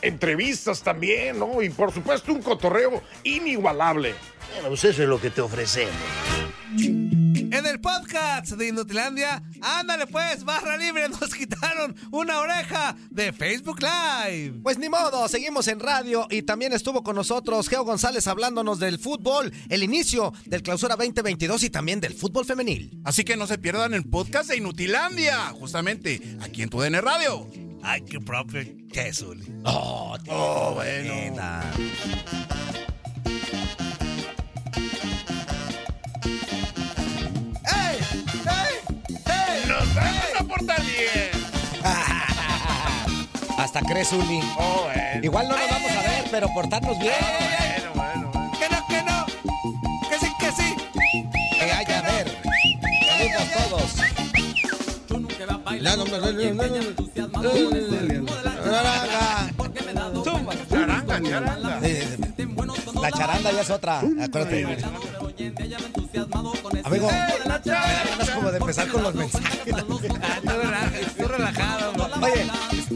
Entrevistas también, ¿no? Y por supuesto un cotorreo inigualable. Bueno, pues eso es lo que te ofrecemos. En el podcast de Inutilandia, ándale pues, barra libre, nos quitaron una oreja de Facebook Live. Pues ni modo, seguimos en radio y también estuvo con nosotros Geo González hablándonos del fútbol, el inicio del clausura 2022 y también del fútbol femenil. Así que no se pierdan el podcast de Inutilandia, justamente aquí en tu DN Radio. Ay, qué propio queso. Oh, oh, bueno. ¡Nos vamos a portar bien! Hasta crees, Uli. Oh, bueno. Igual no nos vamos a ver, pero portarnos bien. Eh, Bueno, bueno, bueno. Que no, que no. Que sí, que sí. Que haya a ver. Saludos todos. Tú nunca vas a No, bailar. no, no, no, quien no, te haya no. entusiasmado con ese ritmo de la charanga. Charanga. Porque me he dado cuenta que Charanga, tú charanga. Eh, tan bueno son La los charanda ya es otra, acuérdate. bailado, pero oye, te haya entusiasmado con ese Amigo, ritmo de la charanga. es como de empezar con los mensajes. Tú relaja- tú relajado, bro. Oye,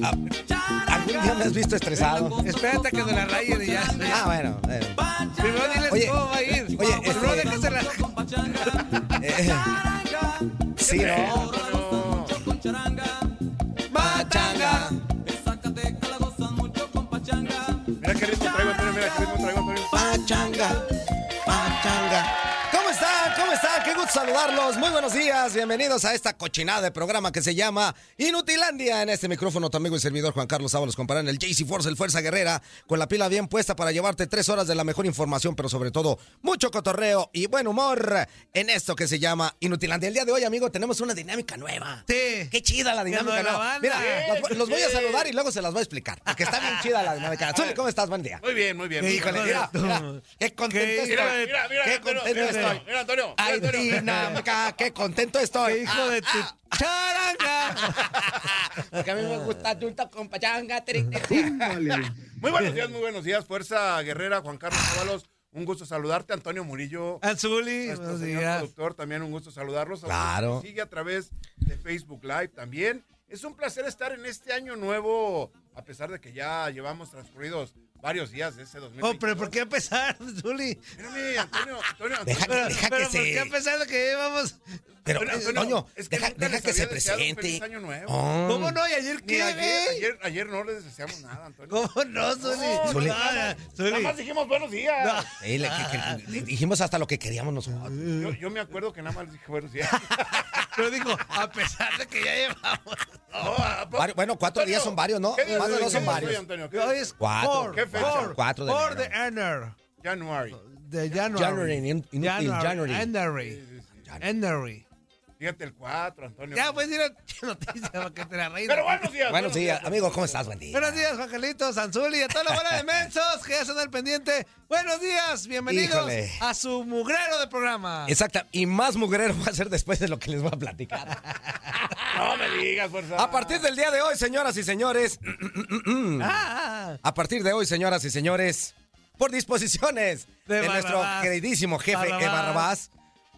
ah, a- ¿algún día me has visto estresado? Espérate que me la rayen y ya. Ah, bueno. eh, Primero diles Oye, cómo va a ir. oye, no este- dejes de la... eh, sí, ¿no? Pachanga. Mira qué ritmo traigo, Antonio, mira qué ritmo traigo, Antonio. Pachanga. Pachanga. ¿Cómo están? ¿Cómo están? Qué gusto saludarlos. Muy buenos días. Bienvenidos a esta cochinada de programa que se llama Inutilandia. En este micrófono, tu amigo y servidor Juan Carlos Ábalos comparan el JC Force, el Fuerza Guerrera, con la pila bien puesta para llevarte tres horas de la mejor información, pero sobre todo mucho cotorreo y buen humor en esto que se llama Inutilandia. El día de hoy, amigo, tenemos una dinámica nueva. Sí. Qué chida la lo dinámica de la nueva. banda. Mira, Sí, los, los voy a saludar y luego se las voy a explicar. Porque está bien chida la dinámica. Zuli, ¿cómo estás? Buen día. Muy bien, muy bien. Híjole, mira, mira, qué contento Mira, estoy. mira, mira, qué Antonio, contento mira, Antonio, estoy. mira, Antonio, mira, Ay, Antonio. dinámica, qué contento estoy. Hijo de tu Ah, charanga. Porque a mí me gusta chulta con pachanga. Muy buenos días, muy buenos días, Fuerza Guerrera, Juan Carlos Ábalos. Un gusto saludarte, Antonio Murillo. Azuli, Nuestro buenos señor días. productor, también un gusto saludarlos. A usted Claro. que nos Sigue a través de Facebook Live también. Es un placer estar en este año nuevo, a pesar de que ya llevamos transcurridos varios días de este ese 2022. Oh, pero ¿por qué empezar, Zuli? Espérame, Antonio, Antonio, Antonio. Deja, Pero, deja que pero ¿por qué se... a pesar de que íbamos? Pero, eh, Antonio, Antonio, Toño, es que deja, nunca deja les que se había deseado un presente. feliz año nuevo. Oh. ¿Cómo no? ¿Y ayer Ni qué, Oh, ayer, güey? ayer, ayer no les deseamos nada, Antonio. ¿Cómo no, Zuli? Zuli. No, ya, Nada Zuli. más dijimos buenos días. Sí, le- que- que- le dijimos hasta lo que queríamos nosotros. Yo, yo me acuerdo que nada más les dije buenos días. Pero digo, a pesar de que ya llevamos. No, Oh, ¿a poco? Vari- bueno, cuatro días son varios, ¿no? ¿Qué día Cuatro soy? no ¿Qué son día soy, varios. Antonio? ¿Qué- Hoy es Cuatro. four, ¿Qué fecha? four, Cuatro de four enero. de enero. January. De January. January, in- in- in January. January. January. Fíjate el 4, Antonio. Ya, pues, ir a la noticia para que te la reines. Pero buenos días. Buenos días, amigo, ¿cómo estás? Buen día. Buenos días, Juan Carlitos, Anzuli y a toda la bola de mensos que ya son al pendiente. Buenos días, bienvenidos Híjole. a su mugrero de programa. Exacto, y más mugrero va a ser después de lo que les voy a platicar. No me digas, fuerza. A partir del día de hoy, señoras y señores, Ah, a partir de hoy, señoras y señores, por disposiciones de, De nuestro Barrabás. queridísimo jefe Barrabás. eh, Barrabás,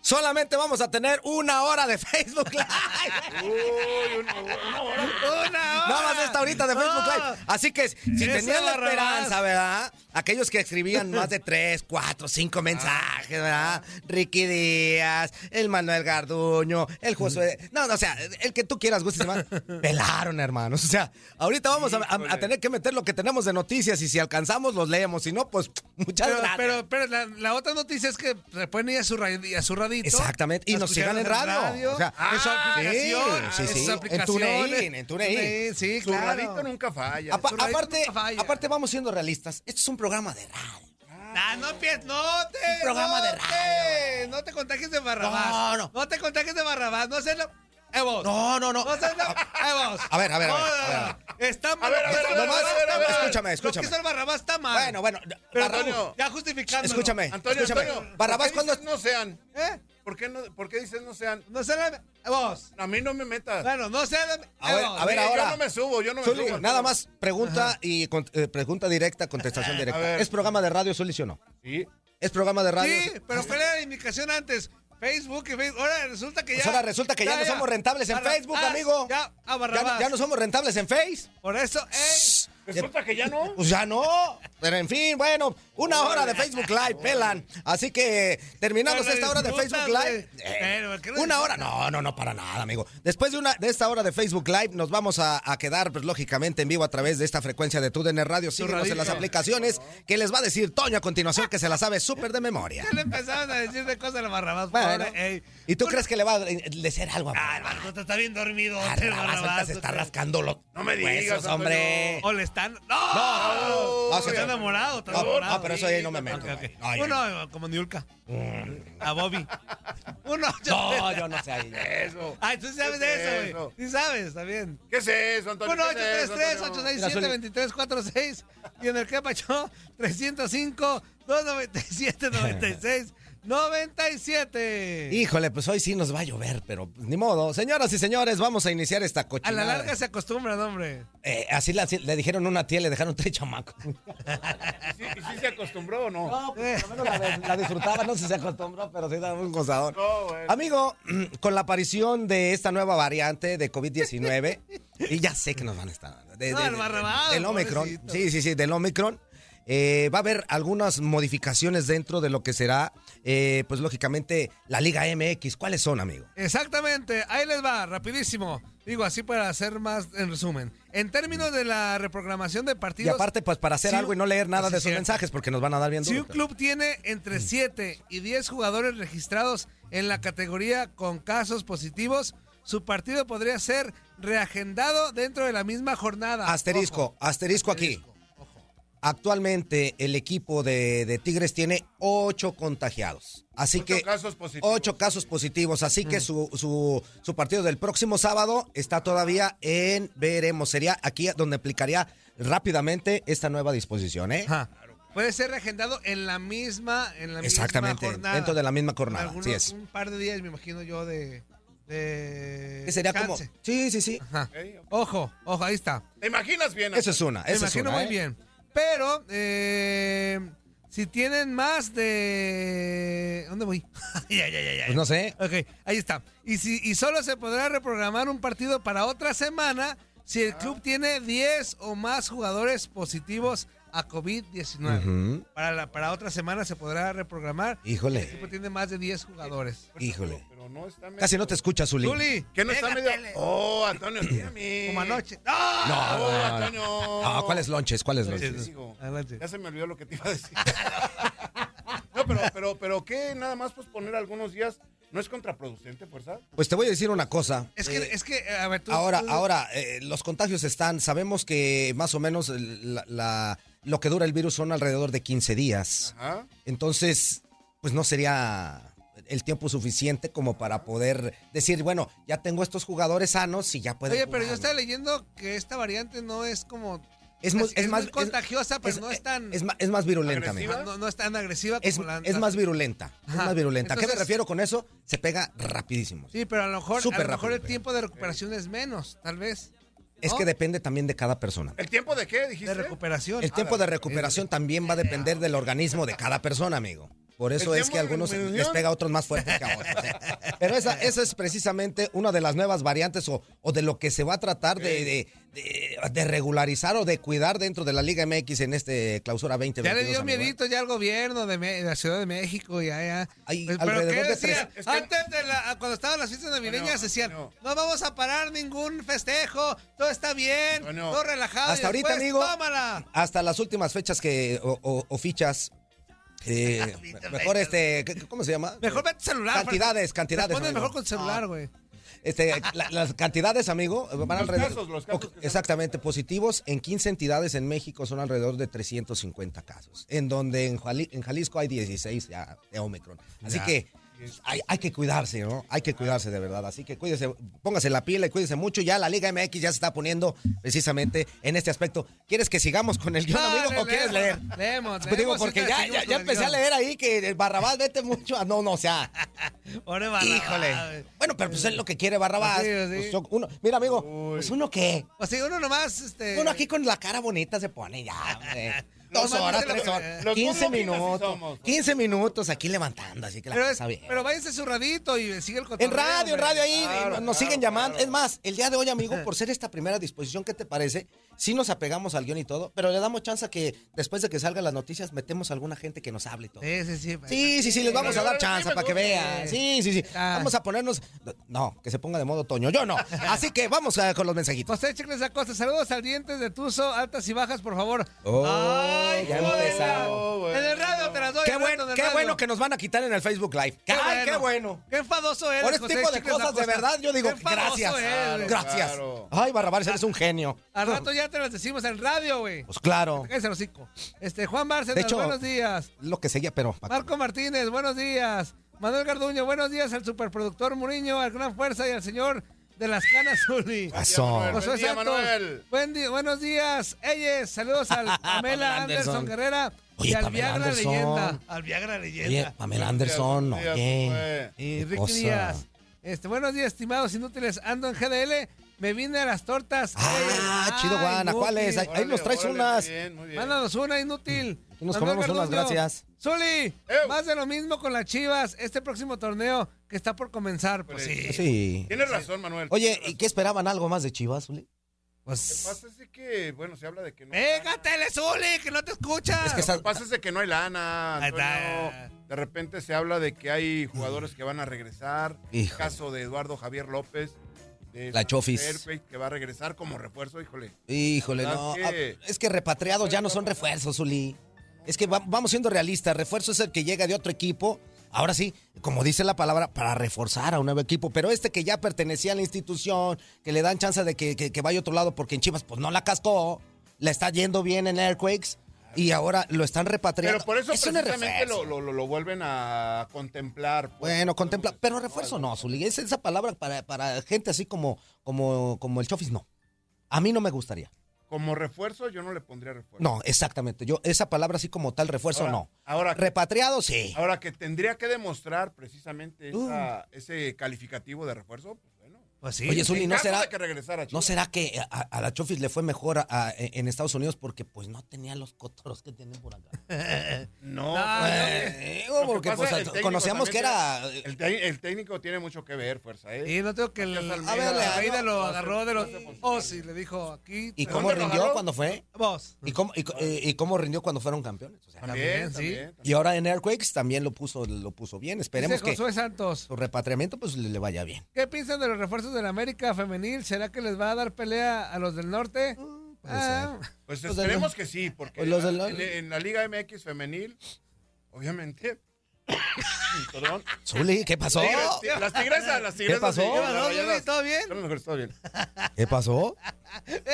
solamente vamos a tener una hora de Facebook Live. Uy, una, una hora. ¡Una hora! Nada más esta horita de Facebook Ah. Live. Así que si Esa tenían la Barrabás. esperanza, ¿verdad? Aquellos que escribían más de tres, cuatro, cinco mensajes, ¿verdad? Ricky Díaz, el Manuel Garduño, el Josué. No, no, o sea, el que tú quieras, gustes, hermano. Pelaron, hermanos. O sea, ahorita vamos a, a- a tener que meter lo que tenemos de noticias y si alcanzamos, los leemos. Si no, pues muchas Pero, gracias. pero, pero la, la otra noticia es que se pueden ir a su, ra- a su radito. Exactamente, y a nos sigan en escucharnos radio. O sea, en su ah, aplicación. sí, sí, en sí. sus En aplicaciones. TuneIn, en TuneIn. Sí, Tu claro. radito nunca falla. Apa- tu radio aparte, nunca falla. aparte, vamos siendo realistas. Esto es un programa de radio. Ah, no pies, no te. Un programa no de Te, no te contagies de Barrabás. No, no. No te contagies de Barrabás. No seas lo. Eh, vos. No, no, no. No seas lo. Eh, vos. A ver, a ver, a ver, No, a ver, no, a ver. no. Está mal. A ver, a lo que hizo ver, a ver, Barrabás a ver, está a ver. mal. Escúchame, escúchame. Lo que hizo el Barrabás está mal. Bueno, bueno. Pero Barrabás- Antonio, ya justificando. Escúchame. Antonio, escúchame. Antonio. Barrabás, ¿por qué cuando. dices no sean? ¿Eh? ¿Por qué, no, ¿Por qué dices no sean? No seas la. Eh, vos. A mí no me metas. Bueno, no seas la. A eh, ver, vos. a ver Mire, ahora. Yo no me subo, yo no me Zuli, subo. nada más pregunta y con- eh, pregunta directa, contestación A directa. ver. ¿Es programa de radio, Zuli, sí o no? Sí. ¿Es programa de radio? Sí, pero ¿cuál era la indicación antes? Facebook y Facebook. Ahora resulta que ya. Pues ahora resulta que ya, no somos rentables en Barra- Facebook, ah, amigo. Ya, a Ya, Barrabás. no- ya no somos rentables en Face. Por eso, ey. Resulta que ya no. Pues ya no. Pero en fin, bueno, una hora de Facebook Live, pelan. Así que terminamos Pero esta hora de disfrutas, Facebook Live. eh, güey. Pero, ¿qué no una hora, no, no, no, para nada, amigo. Después de, una, de esta hora de Facebook Live, nos vamos a, a quedar, pues, lógicamente, en vivo a través de esta frecuencia de TUDN Radio. Síguenos en las radito. aplicaciones que les va a decir Toño a continuación, que se la sabe súper de memoria. Ya le empezaron a decir de cosas a la Barrabás. Bueno, pobre, ey. ¿y tú crees que le va a decir algo a Ah, el Barrota está bien dormido. Ah, el Barrabás, ahorita Barrabás, se está hombre. rascando los No me digas, huesos, Antonio. hombre. O le están. ¡No! no, No, Está se- enamorado, está No, enamorado. no, pero eso ahí no me meto, Ok, ok. güey. No, yo Uno como Niulka. A Bobby. Uno. No, yo no sé ahí. Eso. Ah, tú sabes ¿Qué es de eso, eso? güey. Sí sabes, también. ¿Qué es eso, Antonio? ¿Qué es eso, Antonio? 1-833-867-2346 y en el Capachó 305-297-96-97. Híjole, pues hoy sí nos va a llover, pero pues, ni modo. Señoras y señores, vamos a iniciar esta A cochinada. la larga se acostumbra, hombre. Eh, así la- le dijeron una tía, le dejaron tres chamacos. ¿Y sí- y sí se acostumbró o no? No, Eh, pues, por lo menos la, la disfrutaba, no sé si se acostumbró, pero sí daba un gozador. No, güey. Amigo, mm, con la aparición de esta nueva variante de COVID-19, y ya sé que nos van a estar dando, de- No, de- el de- barrabado, del Omicron. pobrecito. Sí, sí, sí, del Omicron. eh, va a haber algunas modificaciones dentro de lo que será, eh, pues lógicamente, la Liga MX. ¿Cuáles son, amigo? Exactamente, ahí les va, rapidísimo. Digo así para hacer más en resumen. En términos de la reprogramación de Y partidos. aparte, pues para hacer si- algo y no leer nada Así de es sus cierto. mensajes porque nos van a dar bien Si duro. un club tiene entre Mm. 7 y 10 jugadores registrados en la categoría con casos positivos, su partido podría ser reagendado dentro de la misma jornada. Asterisco, Ojo, asterisco aquí. asterisco, ojo. Actualmente el equipo de, de Tigres tiene ocho contagiados. Así Ocho que casos positivos. ocho casos positivos. Así Mm. que su, su, su partido del próximo sábado está todavía en veremos. Sería aquí donde aplicaría rápidamente esta nueva disposición, ¿eh? Ajá. Puede ser reagendado en la misma, en la Exactamente, misma jornada. dentro de la misma Con jornada, algunos- así es. Un par de días, me imagino yo, de. de Que sería como. chance. Sí, sí, sí. Ajá. Ok, Ojo, ojo, ahí está. ¿Te imaginas bien? Eso es una. Me esa es imagino una, muy ¿eh? bien. Pero, eh, si tienen más de... ¿Dónde voy? ya, ya, ya, ya. Pues no sé. Ok, ahí está. Y, si, y solo se podrá reprogramar un partido para otra semana si el Ah. club tiene 10 o más jugadores positivos a COVID-19. Ujú. para, la- para otra semana se podrá reprogramar. El Híjole, equipo tiene más de 10 jugadores. híjole. Pero no está medio- Casi no te escuchas, Zuli. Zuli, ¿Qué no está medio? pégatele, Oh, Antonio, Eh. mírame. Como anoche. ¡Ah! No, Oh, no, no, no. Antonio. Ah, ¿cuáles lonches? ¿Cuáles Sí, lonches? sí, digo, Adelante. Ya se me olvidó lo que te iba a decir. No, pero, pero, pero ¿qué? Nada más posponer algunos días no es contraproducente, fuerza. Pues te voy a decir una cosa. Es que, Eh, es que, a ver, tú... Ahora, tú- ahora eh, los contagios están, sabemos que más o menos el- la- la- lo que dura el virus son alrededor de 15 días. Ajá. Entonces, pues no sería el tiempo suficiente como para poder decir, bueno, ya tengo estos jugadores sanos y ya puedo. Oye, pero yo estaba leyendo que esta variante no es como. es, mu- es- es muy contagiosa, pero no es tan- Es, ma- es más virulenta, amigo. agresiva. No, no es tan agresiva Es, como la. es más virulenta. Es Ajá. más virulenta. ¿A qué Entonces- me refiero con eso? Se pega rapidísimo. Sí, pero a lo mejor, a Súper lo mejor rápido, el pero- tiempo de recuperación es menos, tal vez. Es ¿no? que depende también de cada persona. ¿El tiempo de qué De dijiste? recuperación. El tiempo de recuperación también va a depender del organismo de cada persona, amigo. Por eso El es que a tema de algunos la les pega a otros más fuertes que a otros. ¿eh? Pero esa, esa es precisamente una de las nuevas variantes o, o de lo que se va a tratar de, de- de- de regularizar o de cuidar dentro de la Liga MX en este clausura 2022. Ya le dio amigo, ¿eh? miedito ya al gobierno de, Me- de la Ciudad de México, ya, ya. Hay Pues, pero alrededor ¿qué de decía? tres- Antes de la, cuando estaban las fiestas navideñas Antonio, decían, no. Antonio. vamos a parar ningún festejo, todo está bien, Antonio. todo relajado. y Hasta ahorita, después, amigo, Tómala. hasta las últimas fechas que o, o- o fichas. eh, mejor este, ¿qué- ¿cómo se llama? Mejor vete celular. Cantidades, cantidades, Pones amigo. mejor con celular, güey. Este, la- las cantidades, amigo, van Los alrededor. casos, los casos Ok, que se- exactamente, positivos en 15 entidades en México son alrededor de 350 casos, en donde en, Jali- en Jalisco hay 16 ya de Omicron. Así que hay, hay que cuidarse, ¿no? Hay que cuidarse de verdad. Así que cuídese, póngase la pila y cuídese mucho. Ya la Liga MX ya se está poniendo precisamente en este aspecto. ¿Quieres que sigamos con el guión, Dale, amigo, o quieres leer? leemos, Leemos, Pues digo, leemos, porque ahorita ya, ya, seguimos con ya el empecé a guión. leer ahí que el Barrabás vete mucho. Ah, no, no, o sea. Ahora va, Híjole. Bueno, pero pues es lo que quiere Barrabás. Así, así. Pues yo- uno, mira, amigo, pues uno qué. O sea, uno nomás, este... Uno aquí con la cara bonita se pone ya, hombre. Dos Los más horas, dicen lo tres que- horas. los 15 dos loquitos sí minutos. somos. 15 minutos aquí levantando, así que la Pero, es- cosa bien. pero váyanse su radito y sigue el En cotorreo. radio, en hombre. radio ahí, Claro, nos claro, siguen llamando. claro. Es más, el día de hoy, amigo, por ser esta primera disposición, ¿qué te parece? Sí nos apegamos al guión y todo, pero le damos chance a que después de que salgan las noticias, metemos a alguna gente que nos hable y todo. Sí, sí, pues. sí. Sí, sí, sí, les vamos a dar chance para que vean. Sí, sí, sí. Ah. Vamos a ponernos. No, que se ponga de modo otoño. Yo no. Así que vamos eh, con los mensajitos. José Chicles Acosta, saludos al dientes de Tuzo, altas y bajas, por favor. Oh, Ay, ya joder. empezaron. En el radio te las doy. Qué, en el bueno, radio, en el qué radio. bueno que nos van a quitar en el Facebook Live. Qué Ay, qué bueno. Qué enfadoso eres, Por este José tipo de Chicles cosas, de Acosta. verdad, yo digo, Qué enfadoso gracias. eres, güey. Gracias. claro. Ay, Barrabás, eres un genio. Al rato ya te las decimos en radio, güey. Pues claro. Cállense el hocico. Este, Juan De Bárcenas, hecho- buenos días. Lo que seguía, pero. Marco Martínez, buenos días. Manuel Garduño, buenos días. Al superproductor Muriño, al Gran Fuerza y al señor de las canas, Zuli. Pasó. Manuel. Josué Buen día, Santos. Manuel. Buen di- buenos días, Eyes. Saludos al Pamela Pamela Anderson. Anderson. Guerrera y Oye, al Pamela Viagra Anderson. Leyenda. Al Viagra Oye, Leyenda. Pamela Anderson, Buenos días, oye. güey. y qué Ricky cosa. pues. Díaz. Este, buenos días, estimados inútiles. Ando en GDL. Me vine a las tortas. Ah, Ey, chido, ay, Juana. inútil. ¿Cuáles? Ahí, ahí nos traes unas. Muy bien, muy bien. Mándanos una, inútil. Y nos Manuel comemos unas, Garduño. gracias. Zuli, Ew. más de lo mismo con las chivas. Este próximo torneo que está por comenzar. Pues sí. Sí. Tienes razón, Manuel. Oye, tienes ¿y razón. qué esperaban algo más de Chivas, Uli? Lo que pasa es de que, bueno, se habla de que no. hay lana. ¡Végatele, Zuli! ¡Que no te escuchas! Es que Lo está- que pasa es de que no hay lana. Ahí está. Antonio. De repente se habla de que hay jugadores que van a regresar. Híjole. El caso de Eduardo Javier López. De La San Chofis. Serpe, Que va a regresar como refuerzo, híjole. Híjole, ¿Verdad no. que- Ah, Es que repatriados ya no son refuerzos, Uli. Es que va- vamos siendo realistas. Refuerzo es el que llega de otro equipo. Ahora sí, como dice la palabra, para reforzar a un nuevo equipo. Pero este que ya pertenecía a la institución, que le dan chance de que, que- que vaya a otro lado porque en Chivas pues no la cascó, la está yendo bien en Airquakes y ahora lo están repatriando. Pero por eso no es precisamente refuerzo. lo, lo- lo- lo vuelven a contemplar. pues. Bueno, contempla, pero refuerzo no, Zuli. Es esa palabra para, para gente así como, como, como el Chofis, no. A mí no me gustaría. Como refuerzo, yo no le pondría refuerzo. No, exactamente. Yo, esa palabra así como tal refuerzo, Pues. Ahora- Ah, no. Ahora, Repatriado, sí. ahora que tendría que demostrar precisamente Uh. esa- ese calificativo de refuerzo, pues bueno. Pues sí. Oye, Zuli, en ¿no caso será, de que regresara, ¿no Chivas. será que a, a la Chofis le fue mejor a- a- en Estados Unidos porque pues no tenía los cotoros que tienen por acá? No, Ah, pues, Eh, Lo que porque pasa, pues, el técnico conocíamos que era... eh, también tiene- El, te- el técnico tiene mucho que ver, fuerza. ¿eh? Y no tengo que el Matías Almeida. a ver, le- Almeida no, lo no agarró se- de los no se posiciona. oh, sí, le dijo aquí. ¿Y ¿de cómo dónde lo rindió agarró? cuando fue? Vos. ¿Y cómo, y, co- eh, y cómo rindió cuando fueron campeones? O sea, También, También, sí. también, también. y ahora en Airquakes también lo puso, lo puso bien. Esperemos Dice que Josué Santos. su repatriamiento pues le, le vaya bien. ¿Qué piensan de los refuerzos de la América femenil? ¿Será que les va a dar pelea a los del norte? Mm, Ah, puede Pues Los de esperemos la- que sí, porque Pues los de la- en, en la Liga MX femenil, obviamente. Perdón. Zuli, ¿qué pasó? Tigres- ti- las tigresas, las tigresas. pasó? sí, ¿Qué pasó, las rayadas. Zuli? ¿Todo bien? Son las mejores, todo bien. ¿Qué pasó? Eh,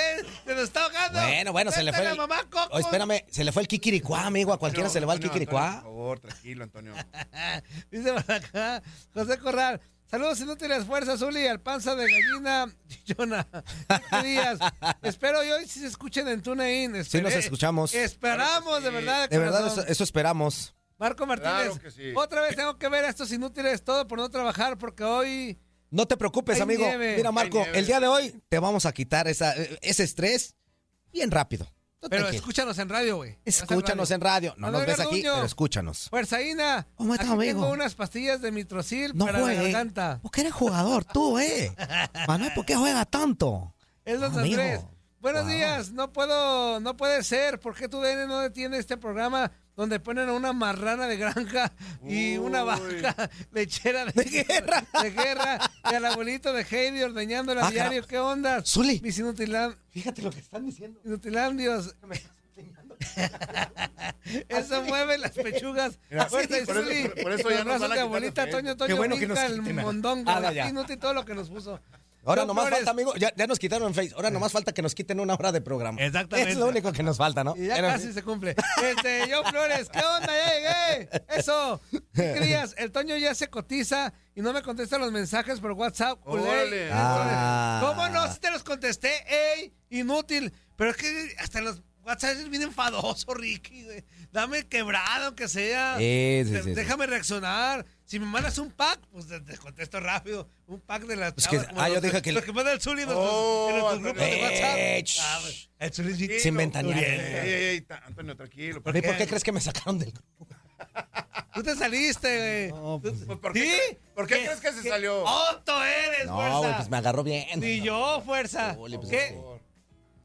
se nos está ahogando. Bueno, bueno, se le Vete fue la el- mamá Coco. Oh, espérame, se le fue el kikiricuá, amigo. A cualquiera Antonio, se le va el Antonio, Antonio, kikiricuá. Por favor, tranquilo, Antonio. Dice por acá José Corral. Saludos inútiles, fuerza Zuli, al panza de gallina, chichona. Siete días. Espero y hoy si se escuchen en TuneIn. Sí, nos Esperé- escuchamos. Esperamos, de verdad. De verdad, eh, corazón. eso, eso esperamos. Marco Martínez, Claro que sí. otra vez tengo que ver a estos inútiles todo por no trabajar porque hoy No te preocupes, Hay amigo. nieve. Mira, Marco, Hay nieve. el día de hoy te vamos a quitar esa, ese estrés bien rápido. Entonces, Pero tranquilo. escúchanos en radio, güey. Escúchanos en radio. No nos ves aquí, pero escúchanos. Fuerza Ina. ¿Cómo estás, aquí amigo? Tengo unas pastillas de mitrocil No para la juegues. garganta. ¿Por qué eres jugador tú, eh? Manuel, ¿por qué juegas tanto? Es los Amigo. Andrés. Buenos Wow. días, no puedo, no puede ser. ¿Por qué tu DN no detiene este programa donde ponen a una marrana de granja y una Uy. vaca lechera de, guerra? De guerra y al abuelito de Heidi ordeñándola Ah, a diario? ¿Qué onda? Zuli. Mis inutilan- Fíjate lo que están diciendo. inutilandios. Eso mueve las pechugas. Mira, Fuerza y por eso- Zuli. por- por eso Los ya nos brazos van a de quitar abuelita, los que- Toño, Toño, bueno que nos Milka, el quiten a- mondongo, Ah, no, la ya. Pinuti, todo lo que nos puso. Ahora Son nomás flores. falta, amigo. Ya, ya nos quitaron Facebook. Ahora nomás falta que nos quiten una hora de programa. Exactamente. Es lo único que nos falta, ¿no? Y ya Pero- casi se cumple. Este, yo Flores, ¿qué onda? Ya llegué. Eso. ¿Qué creías? El Toño ya se cotiza y no me contesta los mensajes por WhatsApp. culé. Órale. Ah. ¿Cómo no? Si te los contesté, ey, inútil. Pero es que hasta los WhatsApp es bien enfadoso, Ricky. güey. Dame quebrado, aunque sea. Sí, sí, De- sí, sí. Déjame reaccionar. Si me mandas un pack, pues te, te contesto rápido. Un pack de las Pues que- chavas, como ah, yo los- dije que- Los que manda el Zuli en los- Oh, en los grupos de eh, WhatsApp. shh. Ah, güey. el Zuli es bien Se inventan ya. pues, Ey, ey, ey, ta- Antonio, tranquilo. ¿Y por qué crees que me sacaron del grupo? Tú te saliste, güey. Pues, ¿por qué, ¿Sí? cre- ¿Por qué crees que se salió? Oh, ¡Otto eres, fuerza! No, güey, pues me agarró bien. Ni yo, fuerza. Ole, pues, ¿Qué es que-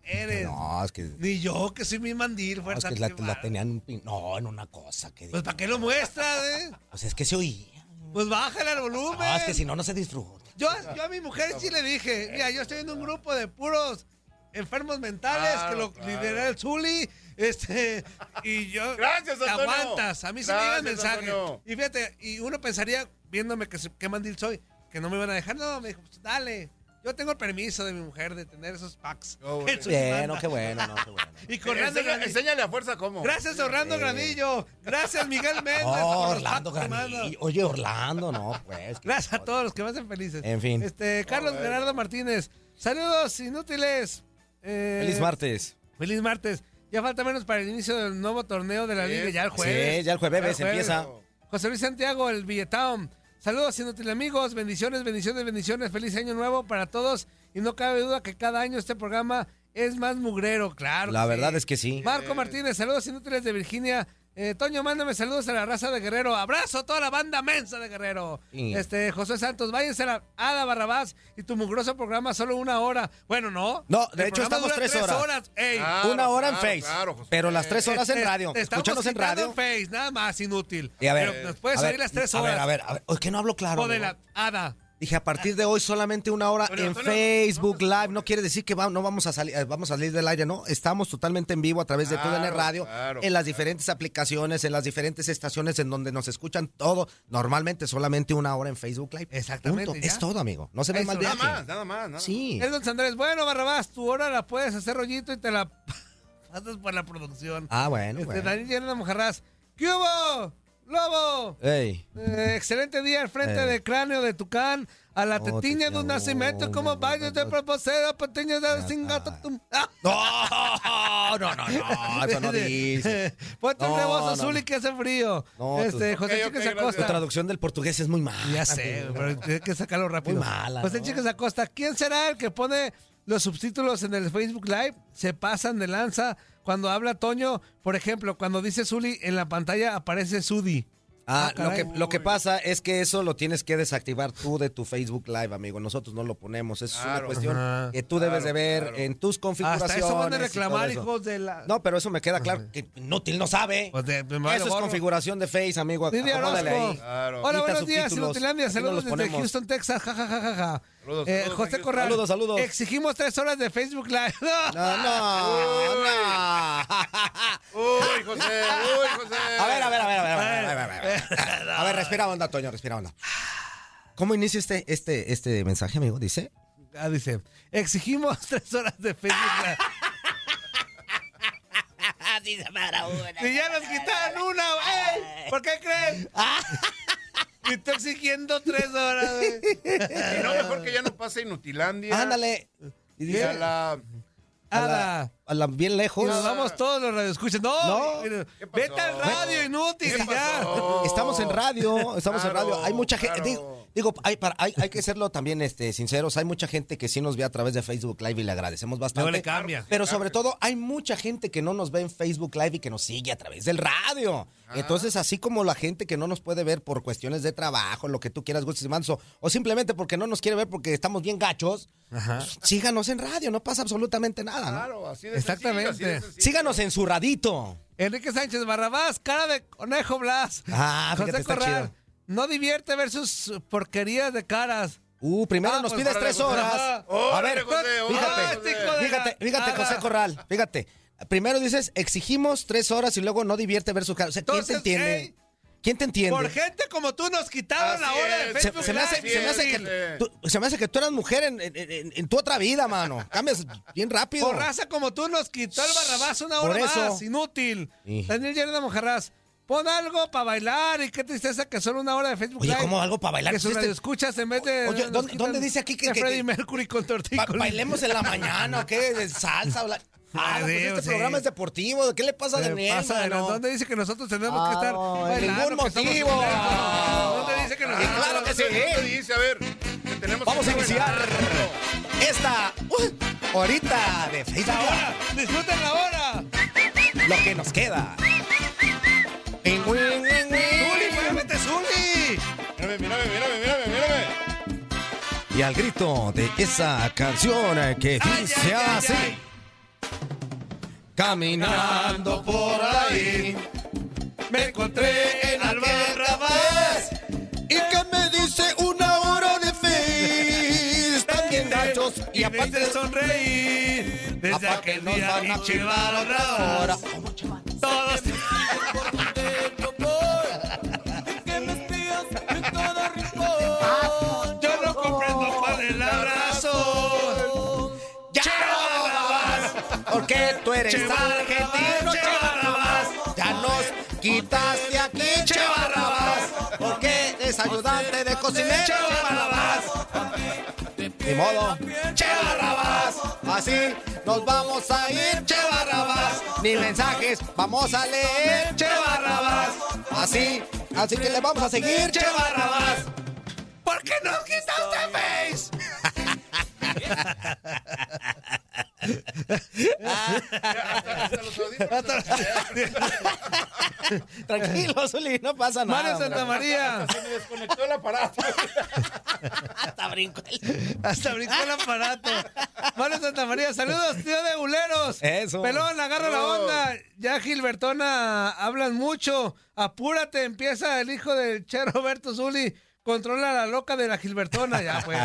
eres? No, es que, no, Ni yo, que soy mi mandil, es fuerza. que la, qué la bárbaro. tenían un pin- No, en una cosa. Que, Pues, ¿para qué lo muestras, eh? pues es que se oía. Pues bájale al volumen. No, es que si no, no se disfruta. yo, yo a mi mujer sí le dije, mira, yo estoy en un grupo de puros enfermos mentales que lo Claro, lidera el Zuli, este, y yo... Gracias, te Antonio. aguantas, a mí sí me llegan Gracias, mensajes. Antonio. Y fíjate, y uno pensaría, viéndome que, se- qué mandil soy, que no me iban a dejar, no, me dijo, pues dale, yo tengo el permiso de mi mujer de tener esos packs. Oh, bueno. Eso sí Bueno, manda. qué bueno, no, qué bueno. Y con Orlando Enseña- Granillo. Enséñale a fuerza cómo. Gracias, Orlando Granillo. Gracias, Miguel Méndez. Oh, por los Orlando packs que mandan. Granillo. Oye, Orlando, no, pues. qué Gracias a cosa. todos los que me hacen felices. En fin. Este, Carlos Joder. Gerardo Martínez. Saludos inútiles. Eh, Feliz martes. Feliz martes. Ya falta menos para el inicio del nuevo torneo de la Sí. liga. Ya el jueves. Sí, ya el jueves Ya el jueves. empieza. José Luis Santiago, el Billetown. Saludos inútiles amigos. Bendiciones, bendiciones, bendiciones. Feliz año nuevo para todos. Y no cabe duda que cada año este programa es más mugrero, claro. La que verdad sí. es que sí. Marco Martínez, saludos inútiles de Virginia. Eh, Toño, mándame saludos a la raza de Guerrero. Abrazo a toda la banda mensa de Guerrero. Sí. Este, José Santos, váyanse a la Ada Barrabás y tu mugroso programa solo una hora. Bueno, no. No, de El hecho, programa estamos dura tres horas. Ey, Este, Ah, Una hora en claro, Face. claro, José. pero las tres horas en te- radio. te Eh, estamos Escúchanos en quitando radio. Face, nada más, inútil. Y a ver, Pero nos a puedes ver, salir las tres A horas. ver, a ver, a ver. Es que no hablo claro. O de amigo. la Ada. Dije, a partir de hoy solamente una hora Antonio, en Antonio, Facebook no, Live. No quiere decir que va- no vamos a salir, eh, vamos a salir del aire, no. Estamos totalmente en vivo a través de todo en Claro, radio, claro, en las claro. diferentes aplicaciones, en las diferentes estaciones en donde nos escuchan todo. Normalmente solamente una hora en Facebook Live. Exactamente, Punto. ya. Es todo, amigo. No se ve Eso, mal Nada viaje. más, nada más. Nada Sí. Es don Andrés, bueno, Barrabás, tu hora la puedes hacer rollito y te la pasas por la producción. Ah, bueno, este, bueno. Daniel Llerena Mojarrás. ¿Qué hubo? ¡Lobo! Ey. Eh, excelente día al frente Eh. de cráneo de Tucán, a la Oh, tetiña te- de un nacimiento, oh, como no, baños no, de no. propósito, patiña de Ah, sin gato. ah. tum- ¡Ah! No, no, no, no. Eso no dice. Ponte un No, rebozo no, azul no. y que hace frío. No, este, tú- José Ok, ok, Chiques gracias. Tu Acosta. traducción del portugués es muy mala. Ya sé, amigo. pero hay que sacarlo rápido. Muy mala, José ¿no? Chiques Acosta, ¿quién será el que pone los subtítulos en el Facebook Live? Se pasan de lanza cuando habla Toño. Por ejemplo, cuando dice Zuli, en la pantalla aparece Sudi. Ah, Ah, lo que, caray. lo que pasa es que eso lo tienes que desactivar tú de tu Facebook Live, amigo. Nosotros no lo ponemos. Eso es una Claro. cuestión Ajá. que tú debes de ver en tus configuraciones. Hasta eso van a y todo reclamar, eso. hijos de la... No, pero eso me queda claro. Que inútil no sabe. Pues de- me vale eso es gorro. configuración de Face, amigo. Lidia Acomódale Orozco. ahí. Claro. Hola, Quita buenos días, subtítulos. Inutilandia. Aquí no Saludos los desde ponemos. Houston, Texas. Ja, ja, ja, ja, ja. Saludos, Eh, saludos, José Houston. Corral. Saludos, saludos. Exigimos tres horas de Facebook Live. No, no, no. A Uy, José, uy, José. ver, a ver, a ver, a ver. A ver, a ver, a ver, a ver. A ver, respira onda, Toño, respira onda. ¿Cómo inicia este, este, este mensaje, amigo? Dice. Ah, dice, exigimos tres horas de Facebook Live. Y ya nos quitaron una, ¡Ey! ¿Por qué creen? Y estoy exigiendo tres horas, güey. Si no, mejor que ya no pase Inutilandia. Ándale. Y Y a la- A Ada. la, a la bien lejos. Y nos vamos todos los radioescuchas. No, No. mire, ¿Qué pasó? vete al radio, inútil, ¿Qué y ya. pasó? Estamos en radio, estamos en Claro, radio. Hay mucha gente. claro. digo, Digo, hay, para- hay, hay que serlo también este, sinceros. Hay mucha gente que sí nos ve a través de Facebook Live y le agradecemos bastante. Luego le cambia. Pero sobre todo, hay mucha gente que no nos ve en Facebook Live y que nos sigue a través del radio. Ah. Entonces, así como la gente que no nos puede ver por cuestiones de trabajo, lo que tú quieras, gustes y manso, o simplemente porque no nos quiere ver porque estamos bien gachos, Ah. pues, síganos en radio, no pasa absolutamente nada. Ah, ¿no? Claro, así de Exactamente. sencillo, así de sencillo. Síganos en su radito. Enrique Sánchez Barrabás, cara de conejo Blas. Ah, fíjate, está chido. no divierte ver sus porquerías de caras. Uh, primero Ah, nos pues, pides órale, tres José. horas. Órale, a ver, José, fíjate, órale, José. hijo de fíjate, la- fíjate, Ah, José Corral, fíjate. Primero dices, exigimos tres horas y luego no divierte ver su cara. O sea, ¿quién Entonces, te entiende? ey, ¿Quién te entiende? Por gente como tú nos quitaron la Así hora de es. se, Facebook se me hace, Live, se me hace Henry. Henry. que, tú, se me hace que tú eras mujer en, en- en- en tu otra vida, mano. Cambias bien rápido. Por raza como tú nos quitó el barrabás una hora Por eso. más, inútil. Sí. Daniel Yerena Mojarras, pon algo para bailar y qué tristeza que solo una hora de Facebook Oye, Live. ¿cómo algo para bailar? Que sus Este- escuchas en vez de... Oye, nos ¿dónde- quitan dónde dice aquí que- de que- Freddie que- Mercury con Ba- tortícolis? bailemos en la mañana, ¿o qué? De Salsa, bla- Ah, Ay, pues Dios, este sí. programa es deportivo. ¿Qué le pasa a Se Daniel? pasa de mano? lanza. ¿Dónde dice que nosotros tenemos que Ah, estar no, de bailando? ningún que estamos motivo. contentos? Ah. ¿Dónde dice que Ah, nosotros claro que sí. ¿Qué dice? A ver, que tenemos Vamos a que- iniciar esta uh, horita de Ahora, Facebook. disfruten la hora. Lo que nos queda. Pingüín, guin, Zuli, guin. muévete, Zuli. Mírame, mírame, mírame, mírame, mírame. Y al grito de esa canción que Ay, dice ay, ay, así. ay. Caminando por ahí, Me encontré en Albarrabás. y que me dice una hora de feliz. También gachos y aparte de sonreír. Desde aparte aquel nos día van a y chivaron la ahora. hora. Todos yo no comprendo cuál es la razón. Ya no vas, porque tú eres Che argentino, Barrabás, Che Che Barrabás. Barrabás. Ya nos quitaste aquí, Che Barrabás, porque eres ayudante de cocinero, Che Barrabás. Ni modo, Che Barrabás. Así nos vamos a ir, Che Barrabás. Ni mensajes, vamos a leer, Che Barrabás. Así, así que le vamos a seguir, Che Barrabás. ¿Por qué nos quitaste Face? Hasta, hasta los audífonos. Tranquilo, Zuli, no pasa nada. Mario hombre. Santa María. Se me desconectó el aparato. Hasta brinco el- Hasta brincó el aparato. Mario Santa María, saludos, tío de buleros. Eso. Pelón, agarra la onda. Ya Gilbertona, hablan mucho. Apúrate, empieza el hijo del Che Roberto Zuli. Controla la loca de la Gilbertona, ya pues.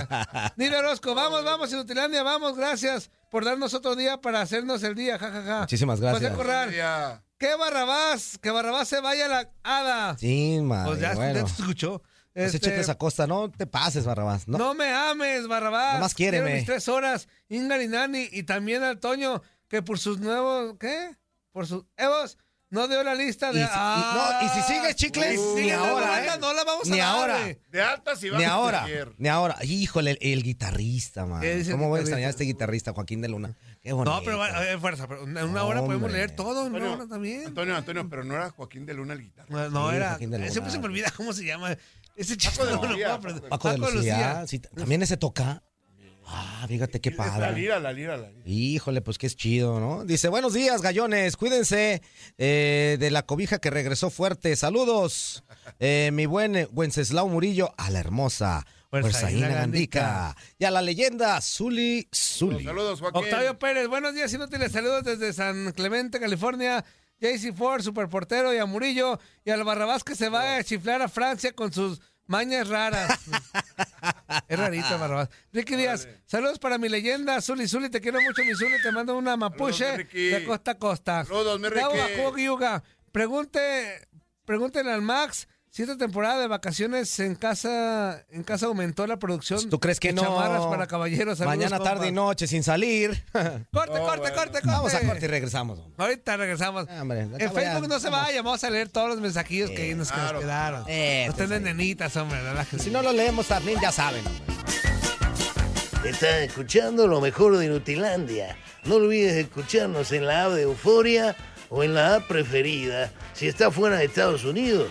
Dile Orozco, vamos, vamos, Inutilandia, vamos, gracias por darnos otro día para hacernos el día, jajaja. Ja, ja. Muchísimas gracias. José Corral, Ya. que Barrabás, que Barrabás se vaya a la hada. Sí, madre, pues ya, bueno. ya te escuchó. Ese Este, chepe esa costa, no te pases, Barrabás. No, No, me ames, Barrabás. Nomás Quiero quiéreme. mis tres horas, Inga y Nani, y también al Toño, que por sus nuevos, ¿qué? Por sus evos, no dio la lista de... Y si- y- no, y si sigues, chicles, si ni sigues dando ahora, lata, ¿eh? No la vamos Ni a dar, ahora. güey. De altas y bajas. ni ahora, ayer. ni ahora. Híjole, el, el guitarrista, man. ¿Qué dice el ¿Cómo voy a guitarrista? extrañar a este guitarrista, Joaquín de Luna? Qué bonito. No, pero va- eh, fuerza, pero en una hora podemos Hombre. leer todo, en una Antonio, hora también. Antonio, Antonio, pero no era Joaquín de Luna el guitarra. No, no, Sí, era... eh, Joaquín de Luna. Siempre se me olvida cómo se llama. Ese chico de no lo Lucía, puedo aprender. Paco de Lucía, sí, t- también ese toca. Ah, fíjate qué La padre. lira, la lira, la lira. Híjole, pues que es chido, ¿no? Dice, buenos días, gallones, cuídense eh, de la cobija que regresó fuerte. Saludos, eh, mi buen eh, Wenceslao Murillo, a la hermosa Fuerza Fuerzaína Ina Gandica. Y a la leyenda Zuli Zuli. Saludos, Joaquín. Octavio Pérez, buenos días, inútiles. Saludos desde San Clemente, California. JC Ford, superportero, y a Murillo, y al Barrabás que se va a chiflar a Francia con sus mañas raras. es rarito, el Barrabás. Ricky Díaz, saludos para mi leyenda, Zuli Zuli, te quiero mucho, mi Zuli, te mando una Saludos, mi mapuche Ricky. de costa a costa. Saludos, mi Ricky. Gabo Jacob Yuga, pregunte, pregúntenle al Max si esta temporada de vacaciones en casa, en casa aumentó la producción ¿Tú crees que de no? chamarras para caballeros. Saludos, Mañana, tarde y compas. noche sin salir. Corte, Oh, corte, bueno. corte, corte. Vamos a corte y regresamos. hombre. Ahorita regresamos. Ah, hombre, en acabo ya, Facebook no se vamos. vaya, vamos a leer todos los mensajillos que ahí nos, que nos claro. quedaron. Eh, no pues estén de nenitas, hombre, relájense. Si no lo leemos también, ya saben. hombre. Estás escuchando lo mejor de Nutilandia. No olvides escucharnos en la app de Euforia o en la app preferida si estás fuera de Estados Unidos.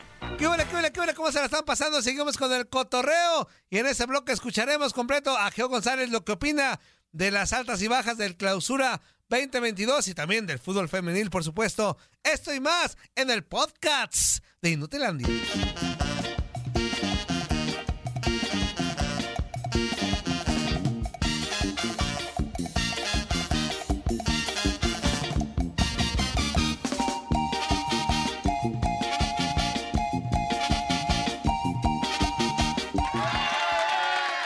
¿Qué huele, qué huele, qué huele? ¿Cómo se la están pasando? Seguimos con el cotorreo. Y en ese bloque escucharemos completo a Geo González lo que opina de las altas y bajas del clausura 2022 y también del fútbol femenil, por supuesto. Esto y más en el podcast de Inutilandia.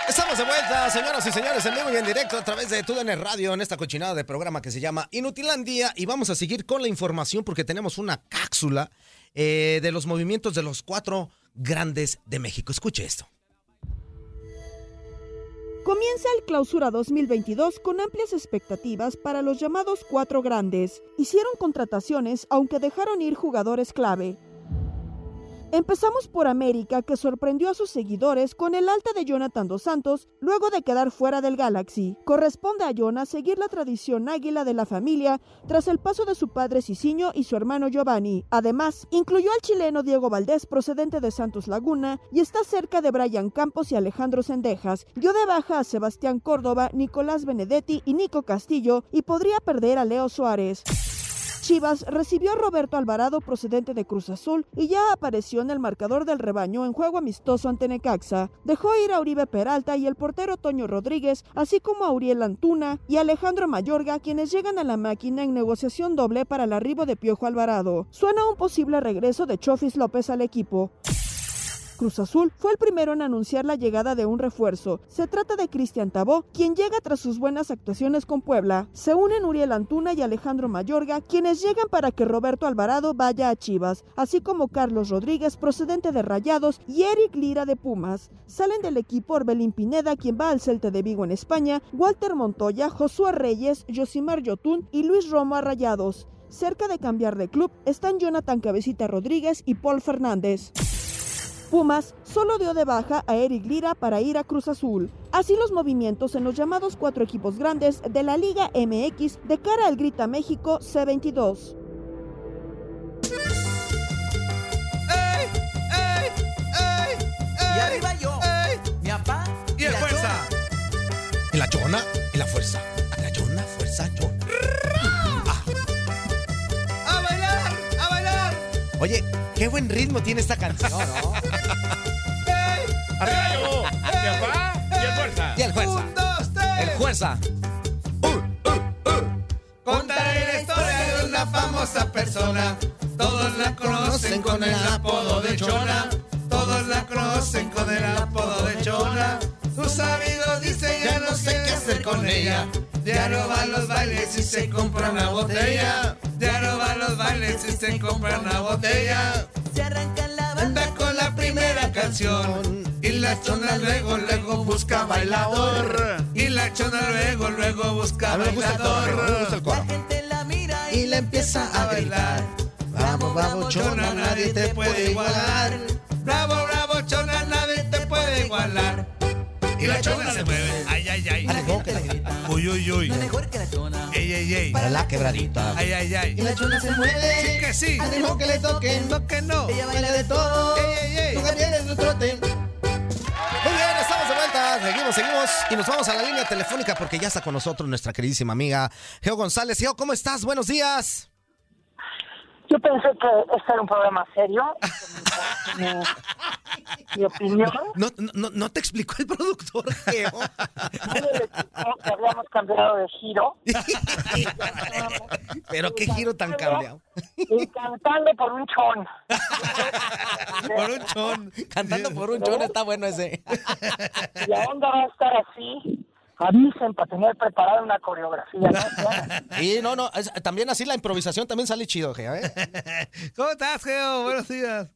Estamos de vuelta, señoras y señores, en vivo y en directo a través de TUDN Radio en esta cochinada de programa que se llama Inutilandia. Y vamos a seguir con la información porque tenemos una cápsula eh, de los movimientos de los cuatro grandes de México. Escuche esto. Comienza el Clausura 2022 con amplias expectativas para los llamados cuatro grandes. Hicieron contrataciones aunque dejaron ir jugadores clave. Empezamos por América, que sorprendió a sus seguidores con el alta de Jonathan Dos Santos luego de quedar fuera del Galaxy. Corresponde a Jonah seguir la tradición águila de la familia tras el paso de su padre Cicinho y su hermano Giovanni. Además, incluyó al chileno Diego Valdés, procedente de Santos Laguna, y está cerca de Brian Campos y Alejandro Sendejas. Dio de baja a Sebastián Córdoba, Nicolás Benedetti y Nico Castillo, y podría perder a Leo Suárez. Chivas recibió a Roberto Alvarado procedente de Cruz Azul y ya apareció en el marcador del rebaño en juego amistoso ante Necaxa. Dejó ir a Uribe Peralta y el portero Toño Rodríguez, así como a Uriel Antuna y Alejandro Mayorga, quienes llegan a la máquina en negociación doble para el arribo de Piojo Alvarado. Suena un posible regreso de Chofis López al equipo. Cruz Azul fue el primero en anunciar la llegada de un refuerzo. Se trata de Cristian Tabó, quien llega tras sus buenas actuaciones con Puebla. Se unen Uriel Antuna y Alejandro Mayorga, quienes llegan para que Roberto Alvarado vaya a Chivas, así como Carlos Rodríguez, procedente de Rayados, y Eric Lira de Pumas. Salen del equipo Orbelín Pineda, quien va al Celta de Vigo en España, Walter Montoya, Josué Reyes, Josimar Yotún y Luis Romo a Rayados. Cerca de cambiar de club están Jonathan Cabecita Rodríguez y Paul Fernández. Pumas solo dio de baja a Eric Lira para ir a Cruz Azul. Así los movimientos en los llamados cuatro equipos grandes de la Liga MX de cara al Grita México C22. ¡Ey! ¡Ey! ¡Ey! Y ¡Ey! arriba yo, ¡Ey! mi papá. ¡Y de la fuerza! En la chona, en la fuerza. En la chona, fuerza, chona. Ah. ¡A bailar! ¡A bailar! Oye, qué buen ritmo tiene esta canción, ¿no? ¡Ey! Arriba yo, hacia va y a fuerza. Y el fuerza. ¡Un, dos, tres! El fuerza. Contaré la historia de una famosa persona. Todos la conocen con el apodo de Chona. Todos la conocen con el apodo de Chona. Sus amigos dicen ya no sé qué hacer con ella. Diario va a los bailes y se compra una botella. Diario va a los bailes y se compra una botella. Se arranca la Anda banda. con la primera canción. Y la chona luego, luego busca bailador. Y la chona luego, luego busca A mí me gusta el coro, a mí me gusta bailador. el La coro. gente la mira Y la empieza a bailar. Vamos, vamos, Chona, nadie te puede igualar. Bravo, bravo, chona, nadie te puede igualar. Y la chona se mueve. Ay, ay, ay. La gente la grita. Uy, uy, uy. No mejor que la chona. Ey, ey, ey. Para la quebradita. Ay, ay, ay. la chona se mueve. Sí que sí, Ánimo que le toquen. no que no. Ella baila de todo. Ey, ey, ey. Nunca pierde su trote. Muy bien, estamos de vuelta. Seguimos, seguimos. Y nos vamos a la línea telefónica porque ya está con nosotros nuestra queridísima amiga Geo González. Geo, ¿cómo estás? Buenos días. Yo pensé que este era un programa serio. que me- Mi opinión, No, no- no, no te explicó el productor, Geo. nadie le explicó que habíamos cambiado de giro. Pero qué giro tan cambiado. Y cantando por un chon. Por un chon. Cantando por un chon está bueno ese. Y la onda va a estar así. Avisen para tener preparada una coreografía. Y no, no, es- también así la improvisación también sale chido, Geo, ¿eh? ¿Cómo estás, Geo? Buenos días.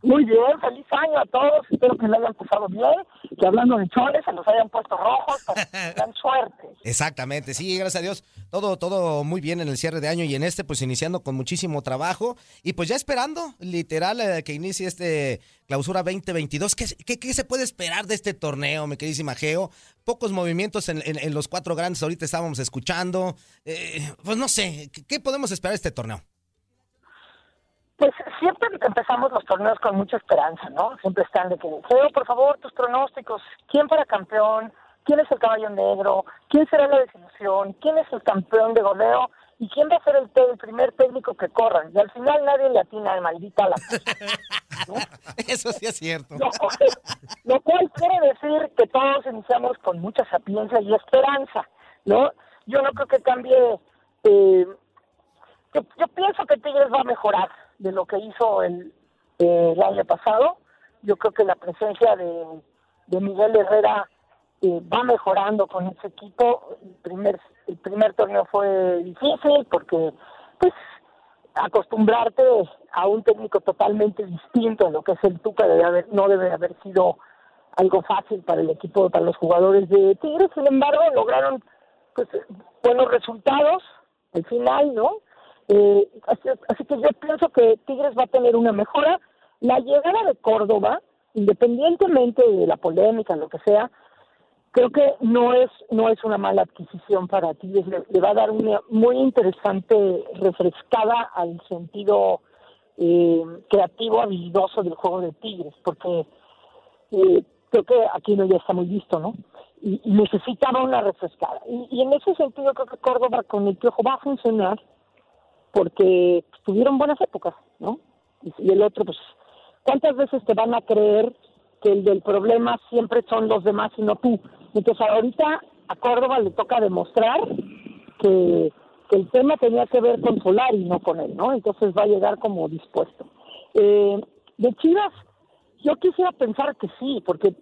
Muy bien, feliz año a todos. Espero que lo hayan pasado bien. Que hablando de chones, se los hayan puesto rojos. Para que tengan suerte. Exactamente, sí, gracias a Dios. Todo, todo muy bien en el cierre de año y en este, pues iniciando con muchísimo trabajo. Y pues ya esperando, literal, eh, que inicie este clausura 2022. ¿Qué, qué, qué se puede esperar de este torneo, mi queridísima Geo? Pocos movimientos en, en- en los cuatro grandes, ahorita estábamos escuchando. Eh, pues no sé, ¿qué, qué podemos esperar de este torneo? Pues siempre empezamos los torneos con mucha esperanza, ¿no? Siempre están de que, Geo, por favor, tus pronósticos. ¿Quién para campeón? ¿Quién es el caballo negro? ¿Quién será la desilusión? ¿Quién es el campeón de goleo? ¿Y quién va a ser el, te- el primer técnico que corran? Y al final nadie le atina al maldita la... Eso sí es cierto. Lo cual- lo cual quiere decir que todos iniciamos con mucha sapiencia y esperanza, ¿no? Yo no creo que cambie. eh, yo, yo pienso que Tigres va a mejorar de lo que hizo el, eh, el año pasado. Yo creo que la presencia de, de Miguel Herrera eh, va mejorando con ese equipo. El primer, el primer torneo fue difícil porque pues, acostumbrarte a un técnico totalmente distinto a lo que es el Tuca debe haber, no debe haber sido algo fácil para el equipo, para los jugadores de Tigres. Sin embargo, lograron pues, buenos resultados al final, ¿no? Eh, así, así que yo pienso que Tigres va a tener una mejora. La llegada de Córdoba, independientemente de la polémica, lo que sea, creo que no es no es una mala adquisición para Tigres. Le, le va a dar una muy interesante refrescada al sentido eh, creativo, habilidoso del juego de Tigres, porque eh, creo que aquí no ya está muy visto, ¿no? Y, y necesitaba una refrescada. Y, y en ese sentido creo que Córdoba con el Piojo va a funcionar porque tuvieron buenas épocas, ¿no? Y, y el otro, pues, ¿cuántas veces te van a creer que el del problema siempre son los demás y no tú? Entonces ahorita a Córdoba le toca demostrar que, que el tema tenía que ver con Solari, no con él, ¿no? Entonces va a llegar como dispuesto. Eh, de Chivas, yo quisiera pensar que sí, porque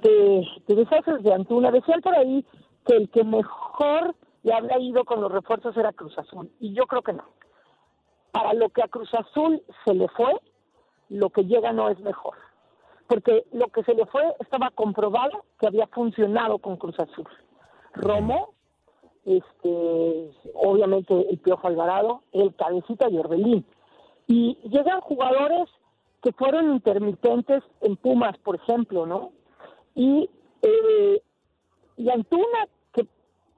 te, te deshaces de Antuna. Decían por ahí que el que mejor le había ido con los refuerzos era Cruz Azul, y yo creo que no. Para lo que a Cruz Azul se le fue, lo que llega no es mejor. Porque lo que se le fue estaba comprobado que había funcionado con Cruz Azul. Romo, este, obviamente el Piojo Alvarado, el Cabecita y Orbelín. Y llegan jugadores que fueron intermitentes en Pumas, por ejemplo, ¿no? Y, eh, y Antuna, que,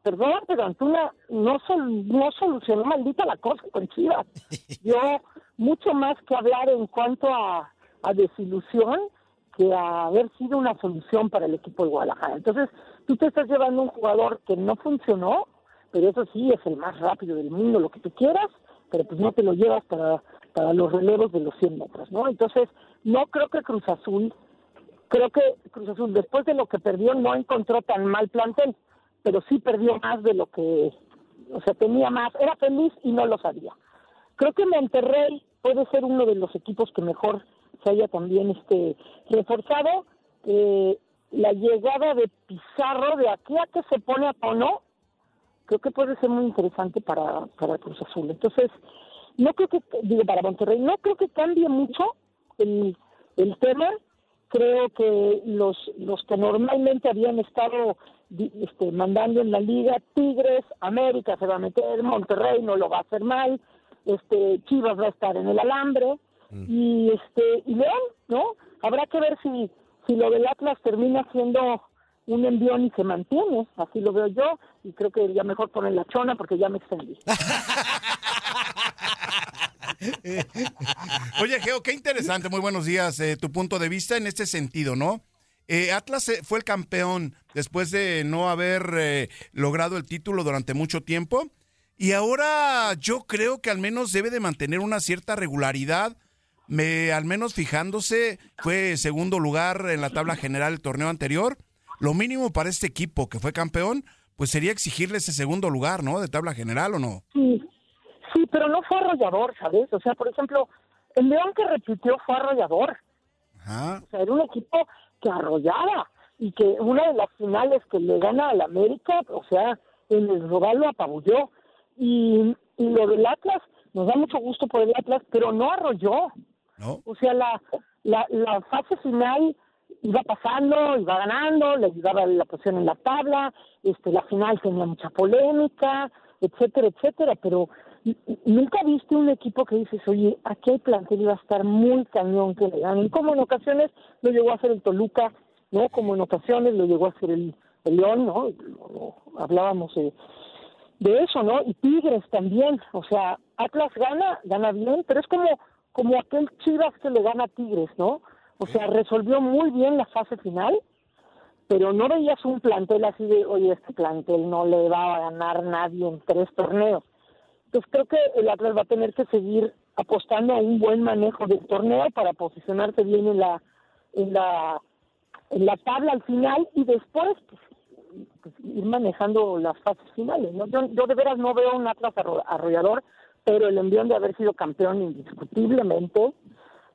perdón, pero Antuna no, sol- no solucionó maldita la cosa con Chivas. Yo, mucho más que hablar en cuanto a, a desilusión que a haber sido una solución para el equipo de Guadalajara. Entonces, tú te estás llevando un jugador que no funcionó, pero eso sí, es el más rápido del mundo, lo que tú quieras, pero pues no te lo llevas para, para los relevos de los 100 metros, ¿no? Entonces, no creo que Cruz Azul creo que Cruz Azul, después de lo que perdió, no encontró tan mal plantel, pero sí perdió más de lo que, o sea, tenía más, era feliz y no lo sabía. Creo que Monterrey puede ser uno de los equipos que mejor se haya también este reforzado. Eh, la llegada de Pizarro de aquí a que se pone a tono, creo que puede ser muy interesante para, para Cruz Azul. Entonces, no creo que, digo, para Monterrey, no creo que cambie mucho el, el tema. Creo que los, los que normalmente habían estado di- este, mandando en la liga, Tigres, América se va a meter, Monterrey no lo va a hacer mal, este, Chivas va a estar en el alambre y este y León, ¿no? Habrá que ver si, si lo del Atlas termina siendo un envión y se mantiene, así lo veo yo, y creo que ya mejor ponen la chona porque ya me extendí. Oye, Geo, qué interesante. Muy buenos días. eh, tu punto de vista en este sentido, ¿no? Eh, Atlas eh, fue el campeón después de no haber eh, logrado el título durante mucho tiempo. Y ahora yo creo que al menos debe de mantener una cierta regularidad. Me, al menos fijándose, fue segundo lugar en la tabla general del torneo anterior. Lo mínimo para este equipo que fue campeón, pues sería exigirle ese segundo lugar, ¿no? De tabla general o no. Sí, sí, pero no fue arrollador, ¿sabes? O sea, por ejemplo, el León que repitió fue arrollador. O sea, era un equipo que arrollaba y que una de las finales que le gana al América, o sea, en el global lo apabulló. Y, y lo del Atlas, nos da mucho gusto por el Atlas, pero no arrolló. O sea, la, la, la fase final iba pasando, iba ganando, le ayudaba la posición en la tabla, este, la final tenía mucha polémica, etcétera, etcétera, pero n- n- nunca viste un equipo que dices, oye, aquí el plantel iba a estar muy cañón que le ganen, como en ocasiones lo llegó a hacer el Toluca, ¿no? Como en ocasiones lo llegó a hacer el, el León, ¿no? Lo- lo- Hablábamos eh, de, de eso, ¿no? Y Tigres también, o sea, Atlas gana, gana bien, pero es como, como aquel Chivas que le gana a Tigres, ¿no? O sea, resolvió muy bien la fase final, pero no veías un plantel así de, oye, este plantel no le va a ganar nadie en tres torneos. Entonces creo que el Atlas va a tener que seguir apostando a un buen manejo del torneo para posicionarse bien en la, en la, en la tabla al final y después pues, pues, ir manejando las fases finales. ¿no? Yo, yo de veras no veo un Atlas arro- arrollador, pero el envión de haber sido campeón indiscutiblemente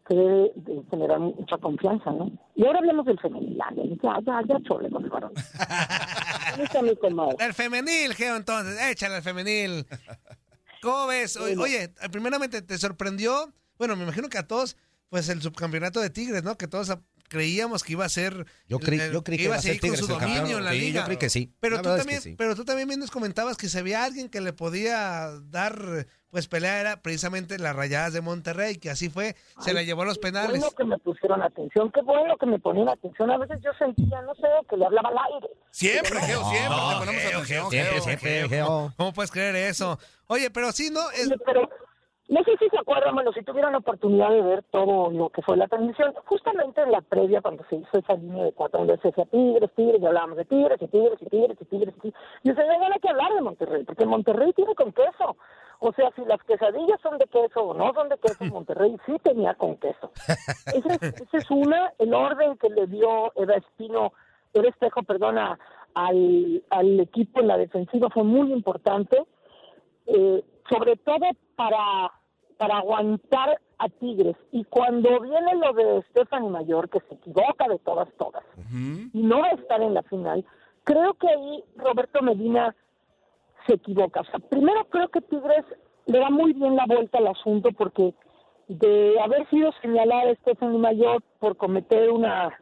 que debe de generar mucha confianza, ¿no? Y ahora hablemos del femenil. ah, Ya, ya, ya, chole con el varón. Ahorita mi comadre. El femenil, Geo, entonces, échale al femenil. ¿Cómo ves? O- Oye, primeramente, ¿te sorprendió? Bueno, me imagino que a todos, pues el subcampeonato de Tigres, ¿no? Que todos a- creíamos que iba a ser. Yo creí- eh, yo creí que iba iba a a ser seguir con Tigres su el campeón. dominio en la Sí, yo liga. creí que sí. Pero La tú, verdad es que también, sí. pero tú también bien nos comentabas que si había alguien que le podía dar, pues pelea, era precisamente las rayadas de Monterrey, que así fue, se la llevó a los Qué penales. bueno que me pusieron atención, qué bueno que me ponían atención. A veces yo sentía, no sé, que le hablaba al aire. Siempre, Geo, siempre. te ponemos Geo, atención, Geo, siempre, Geo, siempre, Geo. ¿Cómo, cómo puedes creer eso? Oye, pero sí, ¿no? Es... Pero no sé si se acuerdan, bueno, si tuvieron la oportunidad de ver todo lo que fue la transmisión, justamente en la previa cuando se hizo esa línea de cuatro, donde se decía Tigres, Tigres, y hablábamos de Tigres, y Tigres, y Tigres, y Tigres, y Tigres. Y se me gana que hablar de Monterrey, porque Monterrey tiene con queso. O sea, si las quesadillas son de queso o no son de queso, Monterrey sí tenía con queso. Esa es, esa es una, el orden que le dio Eva Espino, Eva Espejo, perdona, al, al equipo en la defensiva fue muy importante eh, sobre todo para, para aguantar a Tigres. Y cuando viene lo de Stephanie Mayor, que se equivoca de todas, todas, y no va a estar en la final, creo que ahí Roberto Medina se equivoca. O sea, primero creo que Tigres le da muy bien la vuelta al asunto porque de haber sido señalada Stephanie Mayor por cometer una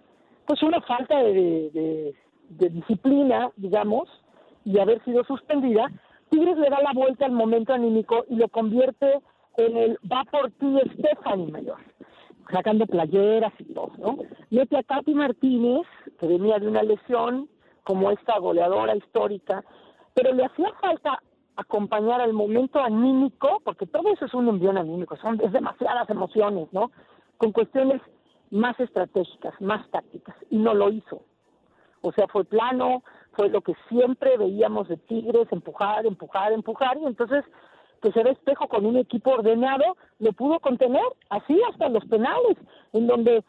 pues una falta de, de- de disciplina, digamos, y haber sido suspendida, Tigres le da la vuelta al momento anímico y lo convierte en el va por ti Stephanie Mayor, sacando playeras y todo, ¿no? Mete a Katy Martínez, que venía de una lesión, como esta goleadora histórica, pero le hacía falta acompañar al momento anímico, porque todo eso es un envión anímico, son es demasiadas emociones, ¿no? Con cuestiones más estratégicas, más tácticas, y no lo hizo. O sea, fue plano, fue lo que siempre veíamos de Tigres, empujar, empujar, empujar, y entonces que se ve espejo con un equipo ordenado, lo pudo contener, así hasta los penales, en donde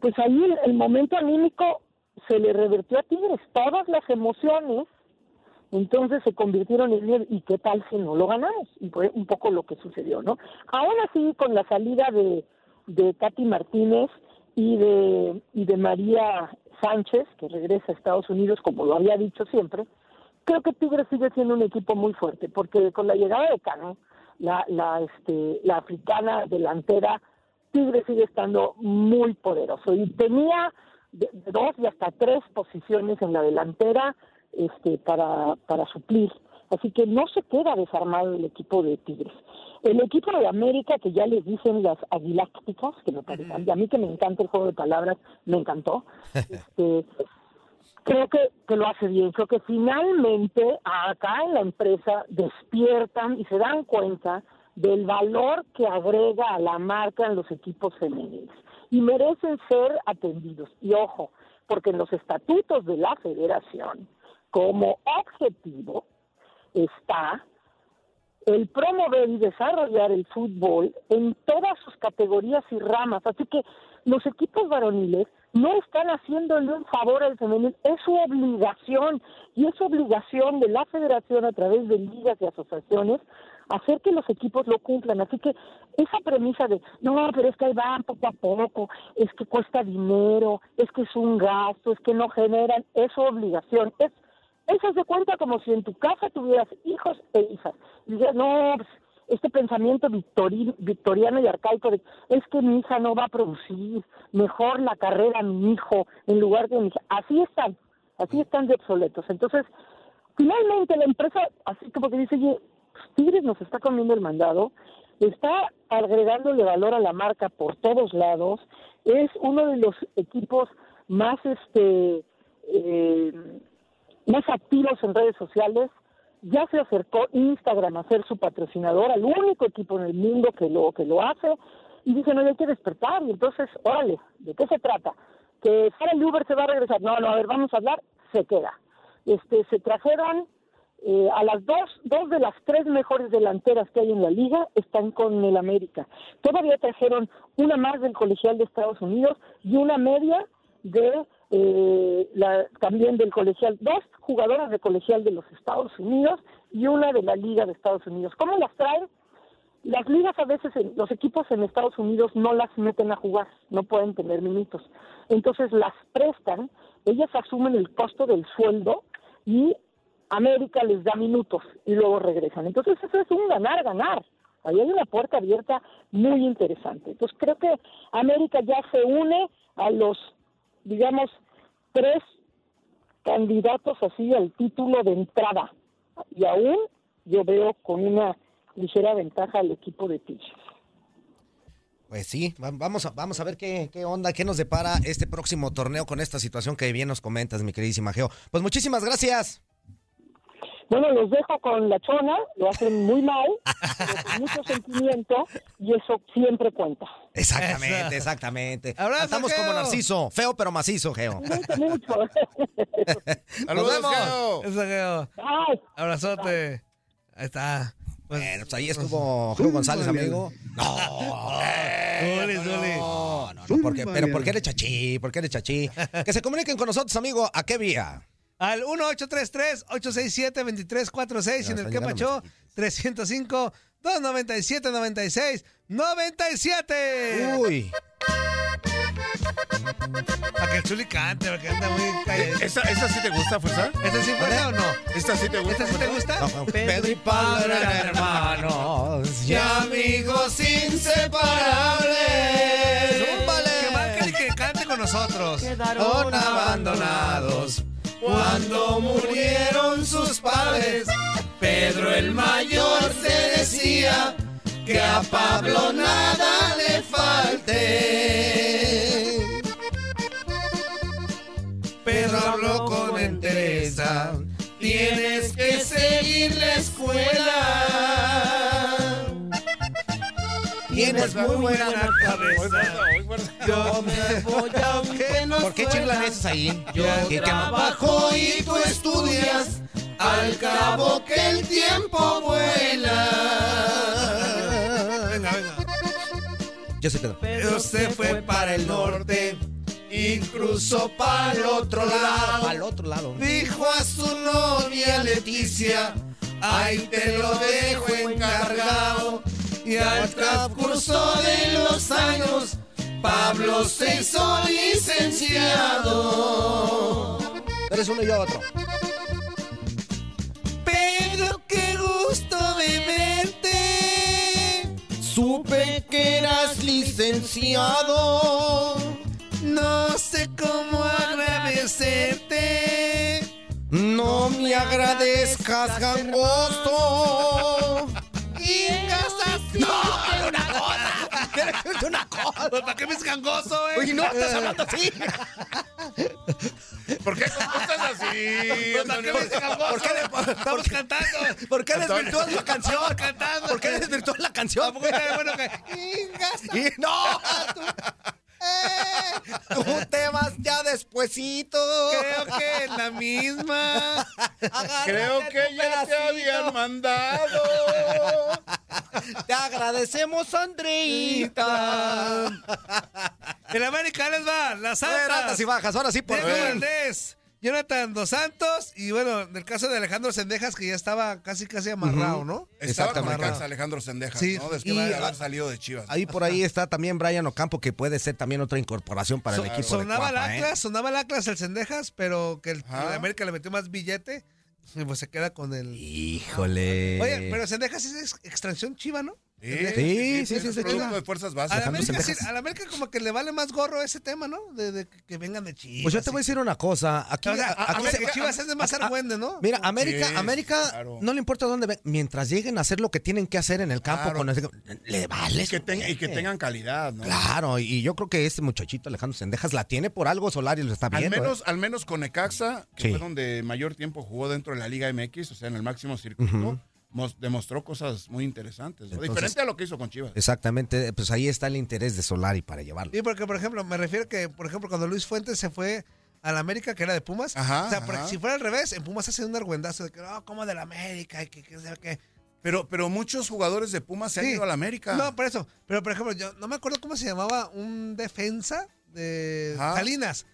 pues ahí el, el momento anímico se le revertió a Tigres, todas las emociones entonces se convirtieron en líder y qué tal si no lo ganamos. Y fue un poco lo que sucedió, ¿no? Ahora sí, con la salida de, de Katy Martínez y de, y de María Sánchez, que regresa a Estados Unidos, como lo había dicho siempre, creo que Tigres sigue siendo un equipo muy fuerte, porque con la llegada de Cano, la, la, este, la africana delantera, Tigres sigue estando muy poderoso y tenía de- de dos y hasta tres posiciones en la delantera este, para, para suplir. Así que no se queda desarmado el equipo de Tigres. El equipo de América, que ya les dicen las aguilácticas, que me parece, a mí que me encanta el juego de palabras, me encantó. Este, creo que, que lo hace bien. Creo que finalmente acá en la empresa despiertan y se dan cuenta del valor que agrega a la marca en los equipos femeniles. Y merecen ser atendidos. Y ojo, porque en los estatutos de la federación, como objetivo, está el promover y desarrollar el fútbol en todas sus categorías y ramas. Así que los equipos varoniles no están haciéndole un favor al femenil, es su obligación y es obligación de la federación a través de ligas y asociaciones hacer que los equipos lo cumplan. Así que esa premisa de, no, pero es que ahí van poco a poco, es que cuesta dinero, es que es un gasto, es que no generan, es su obligación, es eso se cuenta como si en tu casa tuvieras hijos e hijas. Y dices, no, pues, este pensamiento victori- victoriano y arcaico de, es que mi hija no va a producir, mejor la carrera a mi hijo en lugar de mi hija. Así están, así están de obsoletos. Entonces, finalmente la empresa, así como que dice, oye, pues, Tigres nos está comiendo el mandado, está agregándole valor a la marca por todos lados, es uno de los equipos más, este, eh, más activos en redes sociales. Ya se acercó Instagram a ser su patrocinador, al único equipo en el mundo que lo, que lo hace. Y dije, no, ya hay que despertar. Y entonces, órale, ¿de qué se trata? Que Sara Uber se va a regresar. No, no, a ver, vamos a hablar, se queda. Este, se trajeron eh, a las dos, dos de las tres mejores delanteras que hay en la liga están con el América. Todavía trajeron una más del colegial de Estados Unidos y una media de eh, la, también del colegial, dos jugadoras de colegial de los Estados Unidos y una de la liga de Estados Unidos. ¿Cómo las traen? Las ligas a veces, en- los equipos en Estados Unidos no las meten a jugar, no pueden tener minutos. Entonces las prestan, ellas asumen el costo del sueldo y América les da minutos y luego regresan. Entonces eso es un ganar, ganar. Ahí hay una puerta abierta muy interesante. Entonces creo que América ya se une a los, digamos, tres candidatos así al título de entrada. Y aún yo veo con una ligera ventaja al equipo de Tigres. Pues sí, va- vamos a, vamos a ver qué, qué onda, qué nos depara este próximo torneo con esta situación que bien nos comentas, mi queridísima Geo. Pues muchísimas gracias. Bueno, los dejo con la chona, lo hacen muy mal, pero con mucho sentimiento y eso siempre cuenta. Exactamente, exactamente. Estamos como Narciso, feo pero macizo, Geo. Nos Saludos, vemos. Geo. Eso, Geo. Abrazote. Ahí está. Bueno, pues ahí estuvo Geo González, amigo. No. Zuli, Zuli. No, no, no, porque, pero ¿por qué eres chachí? ¿Por qué eres chachí? Que se comuniquen con nosotros, amigo. ¿A qué vía? Al 1833-867-2346 Ya en el está llegando Quepacho 305-297-96-97. Uy. Para que el Zuli cante, porque anda muy callado. ¿Esa, esa sí te gusta, Fuerza? ¿Esta sí fuerza o no? ¿Esta sí te gusta? ¿Esta sí te gusta? Pedro y Pablo eran hermanos y amigos inseparables. ¡Zúmbale! Que marquen y que cante con nosotros. Quedaron abandonados cuando murieron sus padres. Pedro el mayor se decía que a Pablo nada le falte. Pedro habló con entereza, tienes que seguir la escuela. Tienes Pues muy buena cabeza. Yo me voy aunque no ¿Por qué chiflan esos ahí? Yo trabajo y tú estudias. Al cabo que el tiempo vuela. Venga, venga. Yo soy Pedro. Pedro se fue para el norte y cruzó para el otro lado. Al otro lado. Dijo a su novia Leticia, ahí te lo dejo encargado. Y al transcurso de los años, Pablo se hizo licenciado. Eres uno y yo otro. Pedro, qué gusto de verte. Supe que eras licenciado. No sé cómo agradecerte. No me agradezcas, gangoso. Y casas. ¡No! ¡Una cosa! ¡Una cosa! Pues, ¿Para qué me es gangoso, eh? Oye, no, estás hablando así. ¿Por qué estás así? ¿Para qué me es gangoso? ¿Por qué le- Estamos cantando. ¿Por qué desvirtúas la Estamos canción? cantando. ¿Por qué desvirtúas la canción? Tampoco está de bueno que... Y- ¡No! Eh, Tú te vas ya despuesito. Creo que es la misma. Agárrate Creo que tu ya te pedacito. habían mandado. Te agradecemos, Andreita. El América les va, las A ver, altas altas. y bajas, ahora sí, por Diego fin. Valdés. Jonathan Dos Santos y bueno, del caso de Alejandro Sendejas que ya estaba casi casi amarrado, ¿no? Estaba con Exactamente. Necaxa, Alejandro Sendejas, Sí, ¿no? Después y- de haber salido de Chivas. Ahí por ahí está también Brian Ocampo, que puede ser también otra incorporación para el So- equipo. sonaba de Cuapa, el ¿eh? Atlas, sonaba el Atlas el Sendejas, pero que el, el América le metió más billete y pues se queda con el. Híjole. Oye, pero Sendejas es ex- extracción chiva, ¿no? Sí, Sendejas. sí, sí, sí, sí, Pero- sí. de fuerzas básicas. A la, Alejandro América, sí, Sendejas. a la América como que le vale más gorro ese tema, ¿no? De, de que- que vengan de Chivas. Pues yo te voy a decir una cosa. Aquí, O sea, a- aquí o sea, se- que Chivas es de más a- a- argüende, ¿no? Mira, América, Sí, América, no le importa dónde ven, mientras lleguen a hacer lo que tienen que hacer en el campo, Claro. con el- le vale. Y que, ten- y que tengan calidad, ¿no? Claro, y yo creo que este muchachito Alejandro Sendejas la tiene por algo, Solari lo está Al viendo. menos, ¿eh? al menos con Necaxa, que Sí. fue donde mayor tiempo jugó dentro de la Liga MX, o sea, en el máximo circuito, Ujú. mos- demostró cosas muy interesantes. ¿no? Entonces- Diferente a lo que hizo con Chivas. Exactamente, pues ahí está el interés de Solari para llevarlo. Y porque, por ejemplo, me refiero que, por ejemplo, cuando Luis Fuentes se fue a la América, que era de Pumas, o sea, porque ajá. si fuera al revés, en Pumas hace un argüendazo de que, no, como de la América, y que, que, que, que- Pero, pero muchos jugadores de Pumas se han Sí. ido a la América. No, por eso. Pero, por ejemplo, yo no me acuerdo cómo se llamaba un defensa de Ajá. Salinas.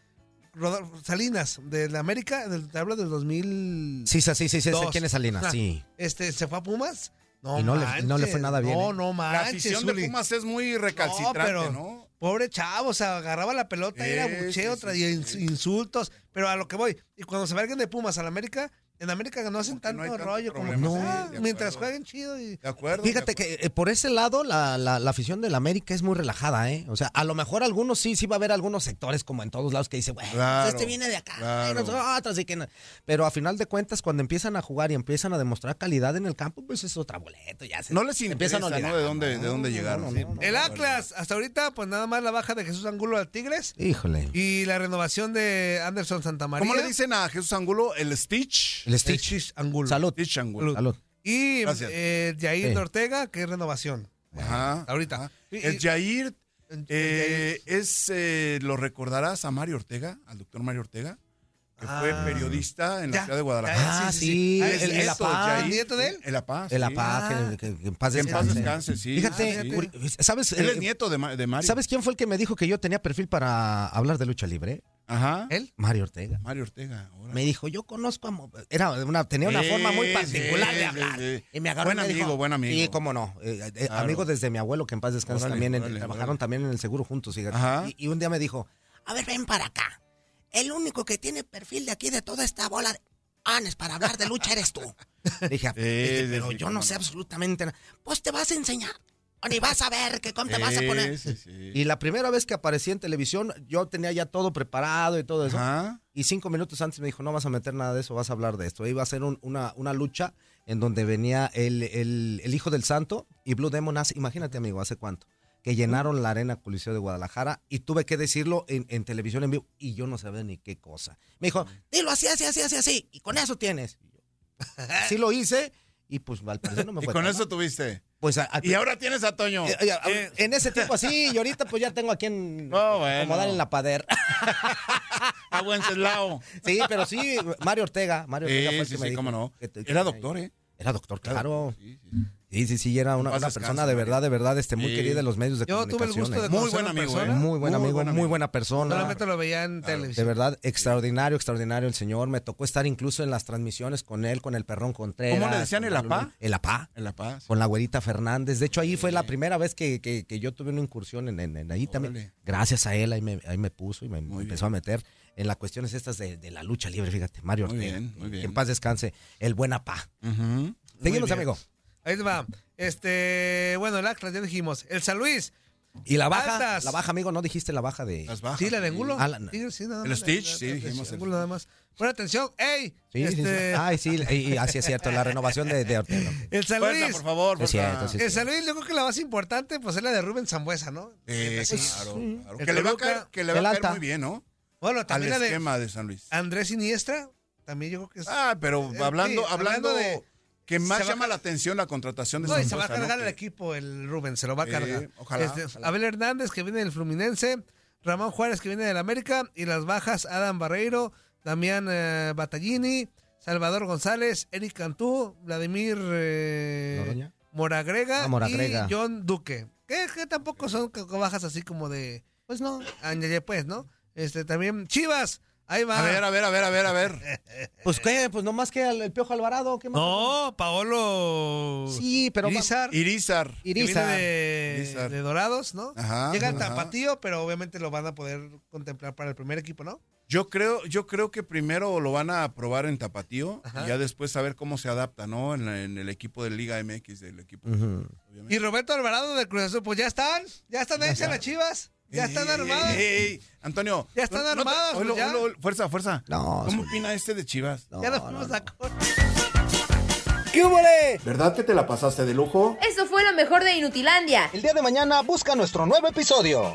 Rodolfo Salinas, de la América, del, te hablo del 2000. Sí, sí, sí, sí, sé Dos. quién es Salinas, Ah, sí. Este, se fue a Pumas. No, Y no le- no le fue manches, nada bien, No, ¿eh? no La manches. afición de Zuli. Pumas es muy recalcitrante, pero ¿no? Pobre chavo, o sea, agarraba la pelota, era Sí, bucheo, sí, traía ins- insultos, pero a lo que voy. Y cuando se va alguien de Pumas a la América, en América no hacen tanto, hay tanto rollo como problema, que, sí, ah, de mientras acuerdo. jueguen chido y De acuerdo. Fíjate de que eh, por ese lado la, la, la afición del América es muy relajada, ¿eh? O sea, a lo mejor algunos sí, sí va a haber algunos sectores como en todos lados que dice, bueno, Claro, este viene de acá, claro. y nosotros, y que no". Pero a final de cuentas, cuando empiezan a jugar y empiezan a demostrar calidad en el campo, pues es otra boleta, ya se No les se interesa, empiezan a olvidar. ¿no? De dónde, de dónde llegaron. Sí. El Atlas, hasta ahorita, pues nada más la baja de Jesús Angulo al Tigres Híjole. y la renovación de Anderson Santamaría. ¿Cómo le dicen a Jesús Angulo? El Stitch. El Stitch. Stitch Angulo. Salud. Stitch Angulo. Salud. Y Gracias. eh, Jair Sí. de Ortega, que es renovación. Ajá. Ahorita. ajá. Y- El y- Jair El- eh, es, eh, ¿lo recordarás a Mario Ortega? Al doctor Mario Ortega, que fue Ah. periodista en la Ya, ciudad de ya, Guadalajara. Ah, sí, sí, sí. Ah, el, es el La eso, Paz. Jair. ¿Nieto de él? El Apá. El La sí. Paz, Ah. que, que en paz Que en paz descanse. descanse, sí. Fíjate, Ah, sí. curi- ¿sabes? Él eh, es nieto de, Ma- de Mario. ¿Sabes quién fue el que me dijo que yo tenía perfil para hablar de lucha libre? Ajá. ¿Él? Mario Ortega. Mario Ortega. ahora. Eh, Me dijo, yo conozco a... Mo- Era una, tenía una Sí, forma muy particular sí, de hablar. sí, sí. Y me agarró Buen y me dijo, amigo, buen amigo. Sí, cómo no. Eh, eh, Claro. Amigo desde mi abuelo, que en paz descanse Órale, también. en- órale, trabajaron órale. también en el seguro juntos. fíjate. Ajá. Y, y un día me dijo, a ver, ven para acá. El único que tiene perfil de aquí de toda esta bola de anes para hablar de lucha eres tú. Le dije, "Ah, Sí, dije, sí, pero sí, yo cómo no sé no. absolutamente nada. Pues te vas a enseñar. Ni vas a ver que cómo te vas a Sí, poner. sí, sí. Y la primera vez que aparecí en televisión, yo tenía ya todo preparado y todo eso. Ajá. Y cinco minutos antes me dijo, no vas a meter nada de eso, vas a hablar de esto. Iba a ser un- una, una lucha en donde venía el, el- el Hijo del Santo y Blue Demon hace, imagínate amigo, hace cuánto, que llenaron la arena Coliseo de Guadalajara y tuve que decirlo en, en televisión en vivo y yo no sabía ni qué cosa. Me dijo, dilo así, así, así, así, así, y con eso tienes. Y yo, Así lo hice y pues al parecer no me Y fue con tan eso mal. tuviste. Pues a- a- Y ahora tienes a Toño. eh, eh, Eh, en ese tiempo así y ahorita pues ya tengo a quien No, bueno. acomodar en la padera. a Wenceslao. Sí, pero sí, Mario Ortega. Mario Ortega fue Sí, el sí, que me sí, dijo cómo no. que te- Era que- doctor, ¿eh? Era doctor, claro. Sí, sí. Sí, sí, sí, era una, En paz una descanse, persona de verdad, de verdad, este, muy Sí. querida de los medios de Yo tuve el comunicación. gusto de ¿eh? Muy conocerlo buen en amigo, persona. ¿eh? Muy buen Muy amigo, buen muy amigo. buena persona. Solamente lo veía en De televisión. verdad, extraordinario, extraordinario el señor. Me tocó estar incluso en las transmisiones con él, con el perrón Contreras. ¿Cómo le decían, con el Lalo apá? Luna. El apá. En La Paz. Con la güerita Fernández. De hecho, ahí fue la primera vez que, que- que yo tuve una incursión en, en- en ahí también. Órale. Gracias a él, ahí me, ahí me puso y me Muy empezó a meter en las cuestiones estas de, de la lucha libre, fíjate. Mario Muy Ortega. bien, muy bien. Que en paz descanse. El buen apá. Ujú. Muy Seguimos, bien. amigo. Ahí te va. Este, bueno, el Atlas, ya dijimos. El San Luis. Y la baja, Altas. la baja, amigo, no dijiste la baja de. Las bajas. Sí, la de Angulo. Ah, la- Sí, sí, nada El más. Stitch, La- sí, la- dijimos el- Angulo nada más. Pon atención. ¡Ey! Sí, sí, sí. Este, Ay, sí, y, y así es cierto, la renovación de, de Ortega. El San Fuerza, Luis. por favor, Sí, es cierto, fuerza. sí, El San Luis, yo creo que la más importante, pues es la de Rubén Zambuesa, ¿no? Eh, Pues, claro, claro. El Que le va a Toluca, caer, que le va el a caer Alta. muy bien, ¿no? Bueno, Al también la de esquema de San Luis. Andrés Iniestra. También yo creo que es. Ah, pero Eh, sí, hablando, hablando hablando de- de que se más va a llama car- la atención la contratación de No, y San se va a Luis, ¿no? cargar el Que- equipo, el Rubén, se lo va a Eh, cargar. ojalá, Este, ojalá. Abel Hernández, que viene del Fluminense, Ramón Juárez, que viene del América, y las bajas Adam Barreiro, Damián eh, Battaglini, Salvador González, Eric Cantú, Vladimir eh, ¿Noroña? Moragrega, Ah, Moragrega. y John Duque. Que, que Ah, tampoco son c- bajas así como de... Pues no. Añade pues, ¿no? Este, también Chivas, Ahí va. A ver, a ver, a ver, a ver, a ver. Pues qué, pues nomás que al- el Piojo Alvarado, ¿qué más? No, Paolo. Sí, pero va- Irizar. Irizar. que viene Irizar. de, Irizar. de Dorados, ¿no? Ajá, Llega el ajá. tapatío, pero obviamente lo van a poder contemplar para el primer equipo, ¿no? Yo creo, yo creo que primero lo van a probar en Tapatío Ajá. y ya después a ver cómo se adapta, ¿no? En, la- en el equipo de Liga MX, del equipo. Mm. Ujú. Y Roberto Alvarado de Cruz Azul, pues ya están, ya están hechas las chivas, ya están Ey, ey, armadas. ey, ey, ey. Antonio. Ya están te- armadas, oilo, pues, ya. oilo, oilo. fuerza, fuerza. No, ¿Cómo opina este de Chivas? Ya nos fuimos a corte. ¡Qué huele! ¿Verdad que te la pasaste de lujo? Eso fue lo mejor de Inutilandia. El día de mañana busca nuestro nuevo episodio.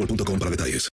para detalles.